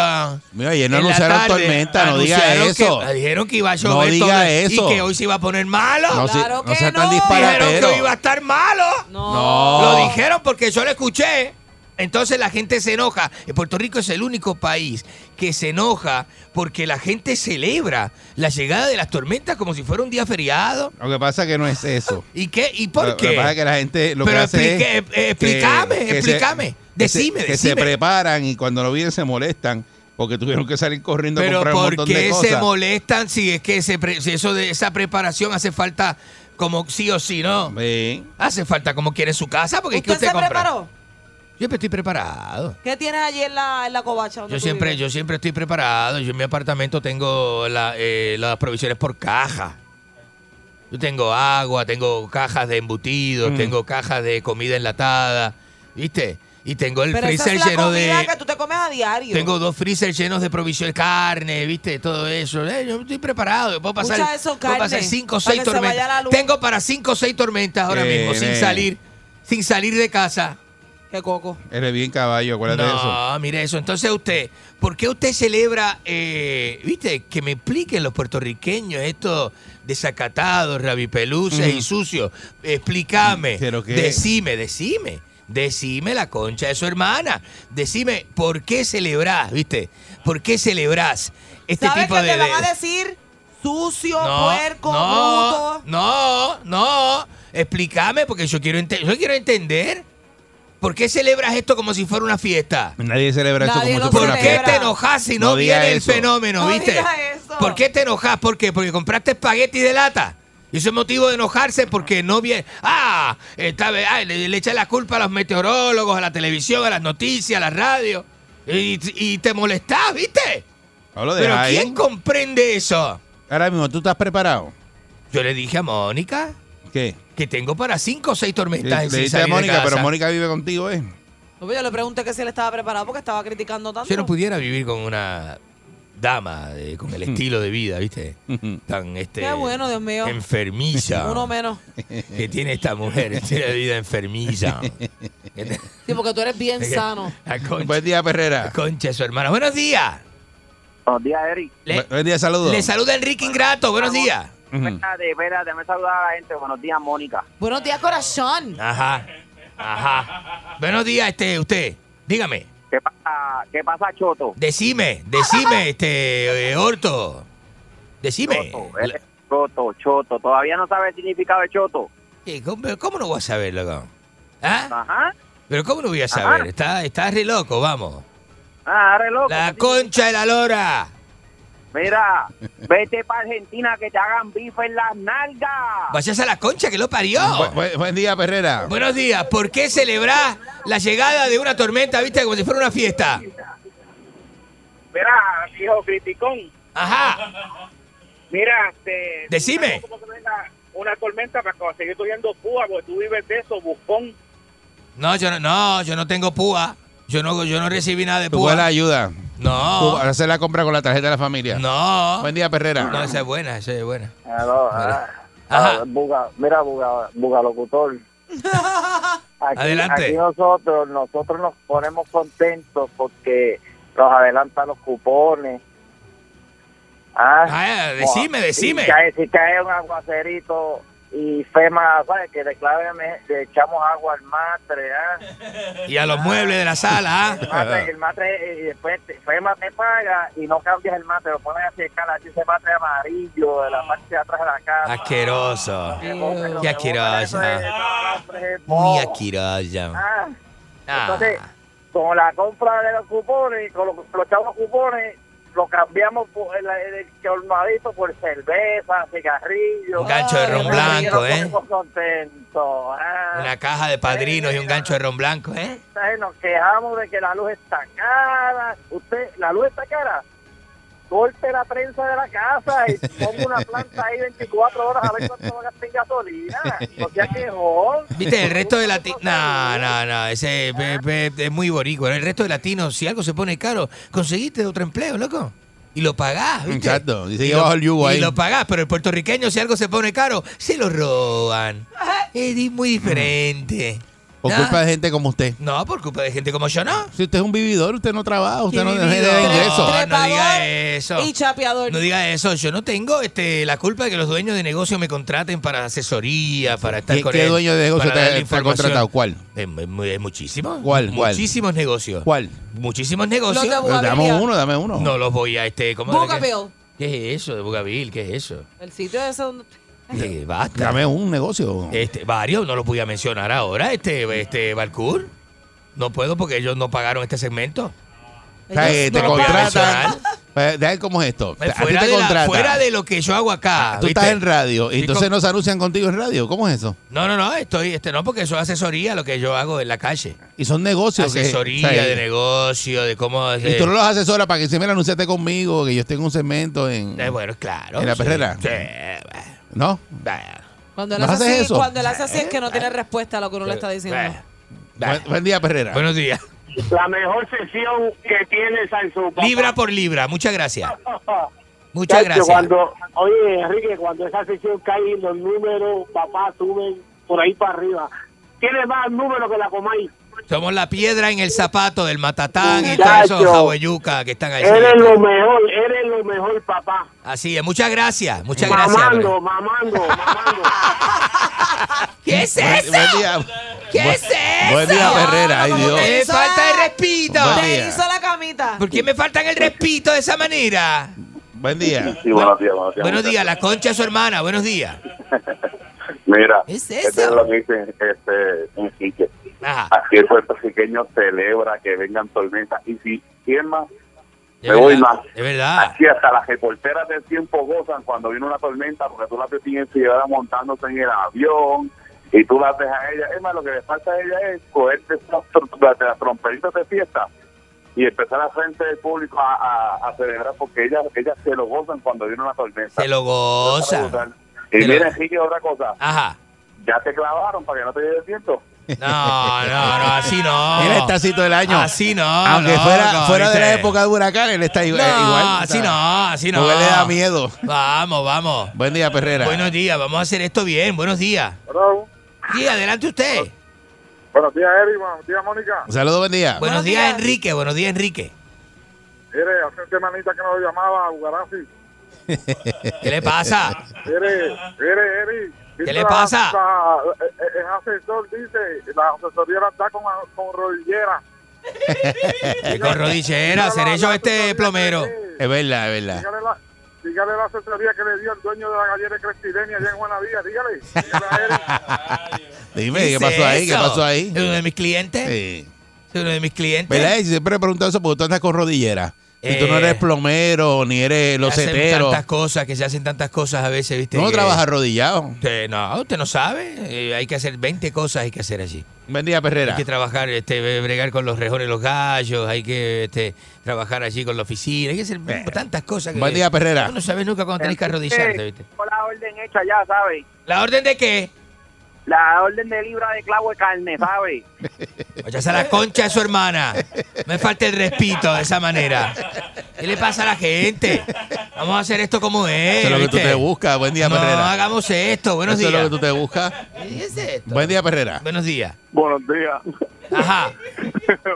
Mira, ayer no En la anunciaron tarde, tormenta, no diga anunciaron eso. que- dijeron que iba a llover No diga todo- eso. y que hoy se iba a poner malo. No, se- claro no que sea tan no. dijeron que disparatero. hoy iba a estar malo. No. No. Lo dijeron porque yo lo escuché. Entonces la gente se enoja. Eh, Puerto Rico es el único país que se enoja porque la gente celebra la llegada de las tormentas como si fuera un día feriado. Lo que pasa que no es eso. ¿Y qué? ¿Y Lo- <laughs> por Lo que qué? pasa es que la gente lo Pero que hace explique- es eh, explícame, se- explícame. que se- Decime, Que se decime. preparan y cuando lo vienen se molestan porque tuvieron que salir corriendo a Pero comprar un ¿por montón de qué se cosas. molestan si es que se pre- si eso de esa preparación hace falta como sí o sí, no? Sí. Hace falta como quiere su casa porque es que ¿Usted usted se compra. preparó? Siempre estoy preparado. ¿Qué tienes allí en la, en la covacha? donde Yo tú siempre, vives? yo siempre estoy preparado. Yo en mi apartamento tengo la- eh, las provisiones por caja. Yo tengo agua, tengo cajas de Mm. embutidos, tengo cajas de comida enlatada, ¿viste? Y tengo el Pero esa freezer es la lleno de. comida que tú te comes a diario. Tengo dos freezers llenos de provisiones, carne, viste, todo eso. Eh, yo estoy preparado. Puedo pasar, Mucha de eso, puedo pasar carne, cinco o para seis que se vaya la tormentas. luz. Tengo para cinco o seis tormentas ahora Eh, mismo, sin eh. salir, sin salir de casa. Qué coco. Eres bien caballo, acuérdate de eso. No, mire eso. Entonces usted, ¿por qué usted celebra, eh, viste, que me expliquen los puertorriqueños estos desacatados, rabipeluces y sucios? Explícame, Pero que- decime, decime, decime la concha de su hermana, decime, ¿por qué celebrás, viste? ¿Por qué celebrás este ¿Sabes tipo qué de... te van a de- decir? Sucio, no, puerco, no, bruto. no, no. Explícame, porque yo quiero, ente- yo quiero entender. ¿Por qué celebras esto como si fuera una fiesta? Nadie celebra eso Nadie como si lo fuera ¿Por una qué celebra. fiesta. te enojas si no, No diga viene el eso. fenómeno, No viste? diga eso. ¿Por qué te enojas? ¿Por qué? Porque compraste espagueti de lata. Y eso es motivo de enojarse porque no viene. ¡Ah! Esta vez, ah, le, le echa la culpa a los meteorólogos, a la televisión, a las noticias, a la radio. Y, y te molestás, ¿viste? Hablo de Pero ahí. ¿quién comprende eso? Ahora mismo, ¿tú estás preparado? Yo le dije a Mónica ¿Qué? que tengo para cinco o seis tormentas Le en le sin diste a salir de Mónica, casa. pero Mónica vive contigo, ¿eh? No, pues yo le pregunté que si él estaba preparado porque estaba criticando tanto. Yo no pues, pudiera vivir con una dama de- con <laughs> el estilo de vida, ¿viste? Tan este Qué bueno, Dios mío. enfermiza <laughs> Uno menos. que tiene esta mujer, <laughs> estilo de vida enfermiza. Sí, porque tú eres bien sano. La Buen concha, día, Perrera. la concha de su hermana. Buenos días. Buenos días, Eric. Le, Buen día, saludos. le saluda Enrique Ingrato. Buenos días. Ujú. Espérate, espérate, me saludar a la gente. Buenos días, Mónica. Buenos días, corazón. Ajá. Ajá. Buenos días, este, usted. Dígame. ¿Qué pasa, Ah, qué pasa Choto? Decime, decime, este, eh, Orto. Decime. Choto, él es Eh, Choto, Choto. ¿Todavía no sabe el significado de Choto? Eh, ¿Cómo, cómo no voy a saber, loco? ¿Ah? Ajá. ¿Pero cómo no voy a Ajá. saber? Está, está re loco, vamos. Ah, re loco. La concha de la lora. <laughs> Mira, vete para Argentina que te hagan bife en las nalgas. Vayas a la concha que lo parió. Bu- bu- Buen día, Perrera. Buenos días. ¿Por qué celebrar la llegada de una tormenta, viste, como si fuera una fiesta? Mira, hijo criticón, Ajá. mira, este, Decime. ¿cómo que venga Una tormenta para conseguir cogiendo púa, porque tú vives de eso, buscón. No, yo no, no, yo no tengo púa. Yo no, yo no recibí nada de Tu buena púa. ayuda. Tú No. vas a hacer la compra con la tarjeta de la familia. No. Buen día, Perrera. No, esa es buena, esa es buena. Hello, Mira. ah, Ajá. buga- mira, buga, <laughs> bugalocutor. Aquí, Adelante. aquí nosotros, nosotros nos ponemos contentos porque nos adelantan los cupones. Ah, Ah, decime, si decime. cae- Si cae, un aguacerito y FEMA, ¿sabes? Que declaren, le echamos agua al matre, ¿ah? <laughs> Y a los muebles de la sala, El ¿ah? mate, el mate, y después te- FEMA te paga y no cambias el mate, lo pones así, escala, así ese mate amarillo de la parte de atrás de la casa. Asqueroso. Ah. Qué asqueroso. eh. Muy Muy asqueroso. Ah. Entonces, con la compra de los cupones, con los, los chavos cupones, lo cambiamos por el, el, el colmadito por cerveza, cigarrillos. Un gancho de Ay, ron qué blanco, ¿eh? Estamos contentos. ah. Una caja de padrinos y un gancho de ron blanco, ¿eh? Entonces, Nos quejamos de que la luz está cara. Usted, la luz está cara. Corte la prensa de la casa y ponga una planta ahí 24 horas a ver cuánto va a gastar en gasolina. No sea quejón. Viste, el resto de latinos. No, no, no. Ese es- es- es- es muy boricua. El resto de latinos, si algo se pone caro, conseguiste otro empleo, loco. Y lo pagás, ¿viste? Exacto. Dice Y que lo- bajo el yugo Y ahí. lo pagás, pero el puertorriqueño, si algo se pone caro, se lo roban. Es di- muy diferente. Mm. Por ¿Ah? culpa de gente como usted. No, por culpa de gente como yo, ¿no? Si usted es un vividor, usted no trabaja, usted no Y debe vividor. de ingresos. No, no diga Trepador eso. Y chapeador. No diga eso, yo no tengo este, la culpa de que los dueños de negocio me contraten para asesoría, para estar ¿Qué, con qué él, dueño de negocio para darle te, te ha información. contratado? ¿Cuál? Eh, mu- mu- eh, muchísimos. ¿Cuál, cuál? Muchísimos negocios. ¿Cuál? Muchísimos Los de negocios. Pero dame Bugaviria. uno, dame uno. No los voy a este. ¿cómo Boca ¿qué? Bill. ¿Qué es eso de Bugabil? ¿Qué es eso? El sitio ese donde. Eh, basta. Dame un negocio. Este, varios, no los voy a mencionar ahora, este, este Balcour. No puedo porque ellos no pagaron este segmento. O sea, que Ellos Eh, te no lo voy a contratan. mencionar. Eh, deja ver ¿Cómo es esto? Eh, a ti Fuera, te de la- contratan. fuera de lo que yo hago acá. Tú estás Ah, ¿viste? en radio y Sí, entonces con- no se anuncian contigo en radio. ¿Cómo es eso? No, no, no, estoy, este, no, porque eso es asesoría lo que yo hago en la calle. Y son negocios. que- Asesoría o sea, de negocio, de cómo. Y tú no los asesoras para que se me anunciaste conmigo, que yo esté en un segmento en... Eh, bueno, claro. ¿En la sí. perrera? Sí, bueno, ¿No? bueno, Cuando él ¿No hace haces así, eso? cuando él hace así es que Eh, no tiene respuesta a lo que uno le está diciendo. bueno. Buen, buen día, Perrera. Buenos días. La mejor sesión que tienes al su <laughs> Libra por libra, muchas gracias. Muchas gracias. Cuando, oye, Enrique, cuando esa sesión cae, los números, papá, suben por ahí para arriba. Tiene más números que la comáis. Somos la piedra en el zapato del matatán y todos Muchacho. esos jaboyucas que están ahí. Eres lo mejor, eres lo mejor, papá. Así es, muchas gracias. Muchas gracias. mamando, bro. <laughs> mamando, mamando. ¿Qué es Buen- eso? buen día. ¿Qué Buen- es eso? Buen día, Perrera. Ay, Vamos, Dios. vamos, Eh, falta de respeto. Buen Te día. hizo la camita. ¿Por qué me faltan el respeto de esa manera? Buen día. Sí, buenos días, buenos días. Buenos días, la concha de su hermana, buenos días. Mira, ¿Es esto es eso? lo que dice este Enrique. Ajá. Aquí el puertorriqueño celebra que vengan tormentas. Y si quieren más, De me voy verdad, más. De <laughs> verdad. Aquí hasta las reporteras del tiempo gozan cuando viene una tormenta porque tú la tienes llevada montándose en el avión y tú la dejas a ella. Es más, lo que le falta a ella es cogerte esas tr- las las trompetitas de fiesta y empezar a frente del público a, a- a celebrar porque ellas ellas se lo gozan cuando viene una tormenta. Se lo goza. Y se lo- mira, Enrique, otra cosa. Ajá. Ya te clavaron para que no te lleve el viento. No, no, no, así no. Mira el tacito del año. Así no. Aunque loco, fuera, fuera de la ¿viste? época de huracán, él está No, igual. eh, igual, así ¿sabes? no, así no. Porque le da miedo. Vamos, vamos. Buen día, Perrera. Buenos días, vamos a hacer esto bien. Buenos días. Sí, adelante usted. Buenos días, Eric. Buenos días, Mónica. Saludos, buen día. Buenos Buenos días, días. Enrique. Buenos días, Enrique. Mire, hace semanita que no lo llamaba a Ugarazzi. ¿Qué le pasa? Mire, mire, Eric. ¿viste le la- pasa? la- eh, el, el asesor dice, la asesoría la está con, con rodillera. Que con rodillera, Dígale la- la cerecho este asesoría plomero. que le- Es verdad, es verdad. Dígale la, dígale la asesoría que le dio el dueño de la gallera Crestilenia allá en Juanavía. Dígale. dígale a Eric. <laughs> Dime, ¿qué pasó ahí? ¿Qué eso? pasó ahí? Es uno de mis clientes. Sí. Es uno de mis clientes. ¿Verdad? Y siempre he preguntado eso porque tú andas con rodillera. Y tú no Eh. eres plomero, ni eres Que hacen locetero. tantas cosas, que se hacen tantas cosas a veces, ¿viste? Tú no que- trabajas arrodillado. Usted no, usted no sabe. Eh, hay que hacer 20 cosas, hay que hacer allí. Buen día, Perrera. Hay que trabajar, este, bregar con los rejones, los gallos, hay que este, trabajar allí con la oficina, hay que hacer tantas cosas. Que Buen día, Perrera. Tú no sabes nunca cuando tenés que arrodillarte, ¿viste? Con Este, la orden hecha ya, ¿sabes? ¿La orden de qué? La orden de libra de clavo de carne, <laughs> ¿sabes? Vayas a la concha de su hermana. Me falta el respeto de esa manera. ¿Qué le pasa a la gente? Vamos a hacer esto como es. Eso es lo que tú ¿viste? te buscas. Buen día, No, Perrera. hagamos esto. Buenos Eso es días. lo que tú te buscas. ¿Qué es esto? Buen día, Perrera. Buenos días. Buenos días. <laughs> Ajá.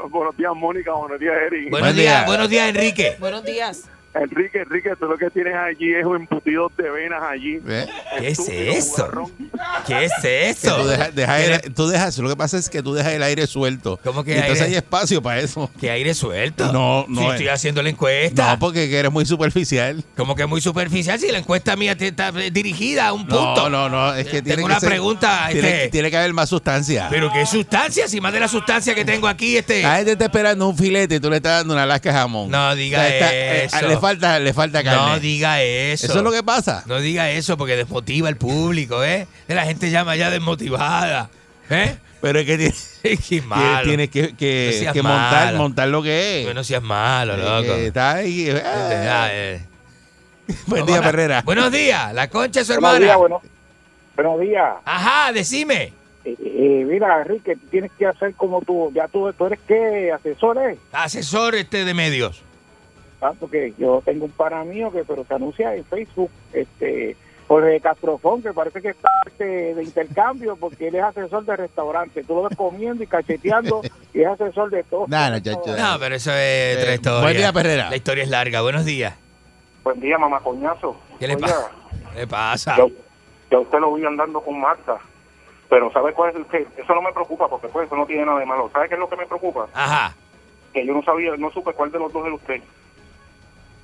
buenos días, Mónica. Buenos días, Eric. Buenos Buen días. día. Buenos días, Enrique. Buenos días. Enrique, Enrique, tú lo que tienes allí es un embutido de venas allí. ¿Eh? ¿Qué es Estúpido, eso? guarrón. ¿Qué es <laughs> Que eso? tú, dejas, dejas ¿Qué le- el- tú dejas- lo que pasa es que tú dejas el aire suelto. ¿Cómo que Y entonces aire? hay espacio para eso. ¿Qué aire suelto? No, no Si es. estoy haciendo la encuesta. No, porque que eres muy superficial. Como que muy superficial. Si la encuesta mía te- está eh, dirigida a un punto. No, no, no, es que Eh, tiene tengo que una ser- pregunta, Tiene, este. tiene que haber más sustancia. Pero qué sustancia, si más de la sustancia que tengo aquí, este. La gente está esperando un filete y tú le estás dando una lasca de jamón. No diga eh, eso. le falta, le falta carne. No diga eso. eso. es lo que pasa. No diga eso porque desmotiva al público, ¿eh? La gente llama ya desmotivada. ¿Eh? Pero es <laughs> que tiene- Qué tiene, malo. tienes que, que- No seas que montar, malo. montar lo que es. Que no seas malo, Eh, loco. que está ahí. eh, Ah, eh. <laughs> buen día, Hola. Perrera. Buenos días, la concha es su Buenos hermana. días, bueno. Buenos días. Ajá, decime. Eh, eh, mira, Enrique, tú tienes que hacer como tú, ya tú, tú eres qué, asesor, ¿eh? Asesor este de medios. Ah, porque yo tengo un pana mío que pero se anuncia en Facebook, este Jorge Castrofón, que parece que está este, de intercambio porque él es asesor de restaurante. Tú lo ves comiendo y cacheteando y es asesor de todo. No, no, chacho. No, pero eso es Eh, otra historia. buen día, Perrera. La historia es larga. Buenos días. Buen día, mamá coñazo. ¿Qué le, pasa? ¿Qué le pasa? Yo, yo a usted lo vi andando con Marta, pero ¿sabe cuál es el que? Eso no me preocupa porque pues eso no tiene nada de malo. ¿Sabe qué es lo que me preocupa? Ajá. Que yo no sabía, no supe cuál de los dos era usted.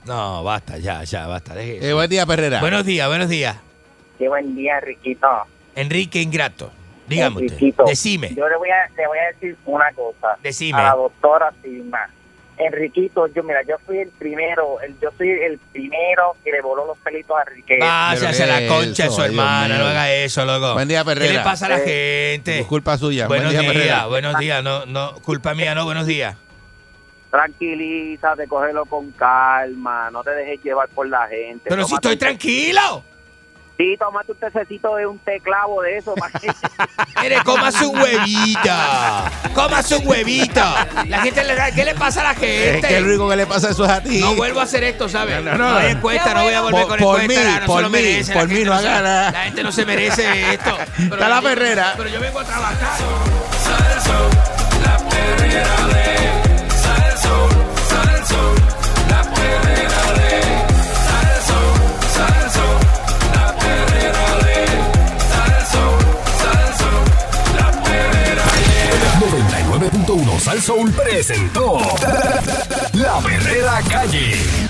No, basta, ya, ya, basta. deje eso. Eh, buen día, Perrera. Buenos días, buenos días. Qué buen día, Riquito. Enrique Ingrato. Dígame usted. Enriquito, Decime, Yo le voy, a, le voy a decir una cosa decime. a la doctora Silma. Enriquito, yo mira, yo fui el primero, el- yo soy el primero que le voló los pelitos a Enrique. Vaya Pero hacia qué Ah, la concha de eso, su Dios hermana, no mío. haga eso, loco. Buen día, Perrera. ¿Qué le pasa a la gente? Es culpa suya. buenos buen día, días, Perrera. buenos días. No, no, culpa mía, no, buenos días. Tranquilízate, cógelo con calma, no te dejes llevar por la gente. Pero si estoy tranquilo. Sí, tómate un tececito de un teclavo de <laughs> eso. para que- Mire, cómase un huevito. Cómase un huevito. La gente le da- ¿Qué le pasa a la gente? Es que lo único que le pasa eso es a ti. No vuelvo a hacer esto, ¿sabes? No, no, no. hay encuesta, no voy a volver Por- con por encuesta. mí, no por se lo mí, merece. por mí gente no se- haga nada. La gente no se merece esto. Pero Está la yo- perrera. Pero yo vengo a trabajar. Salsoul. 99.1 Sal Soul presentó La Perrera Calle.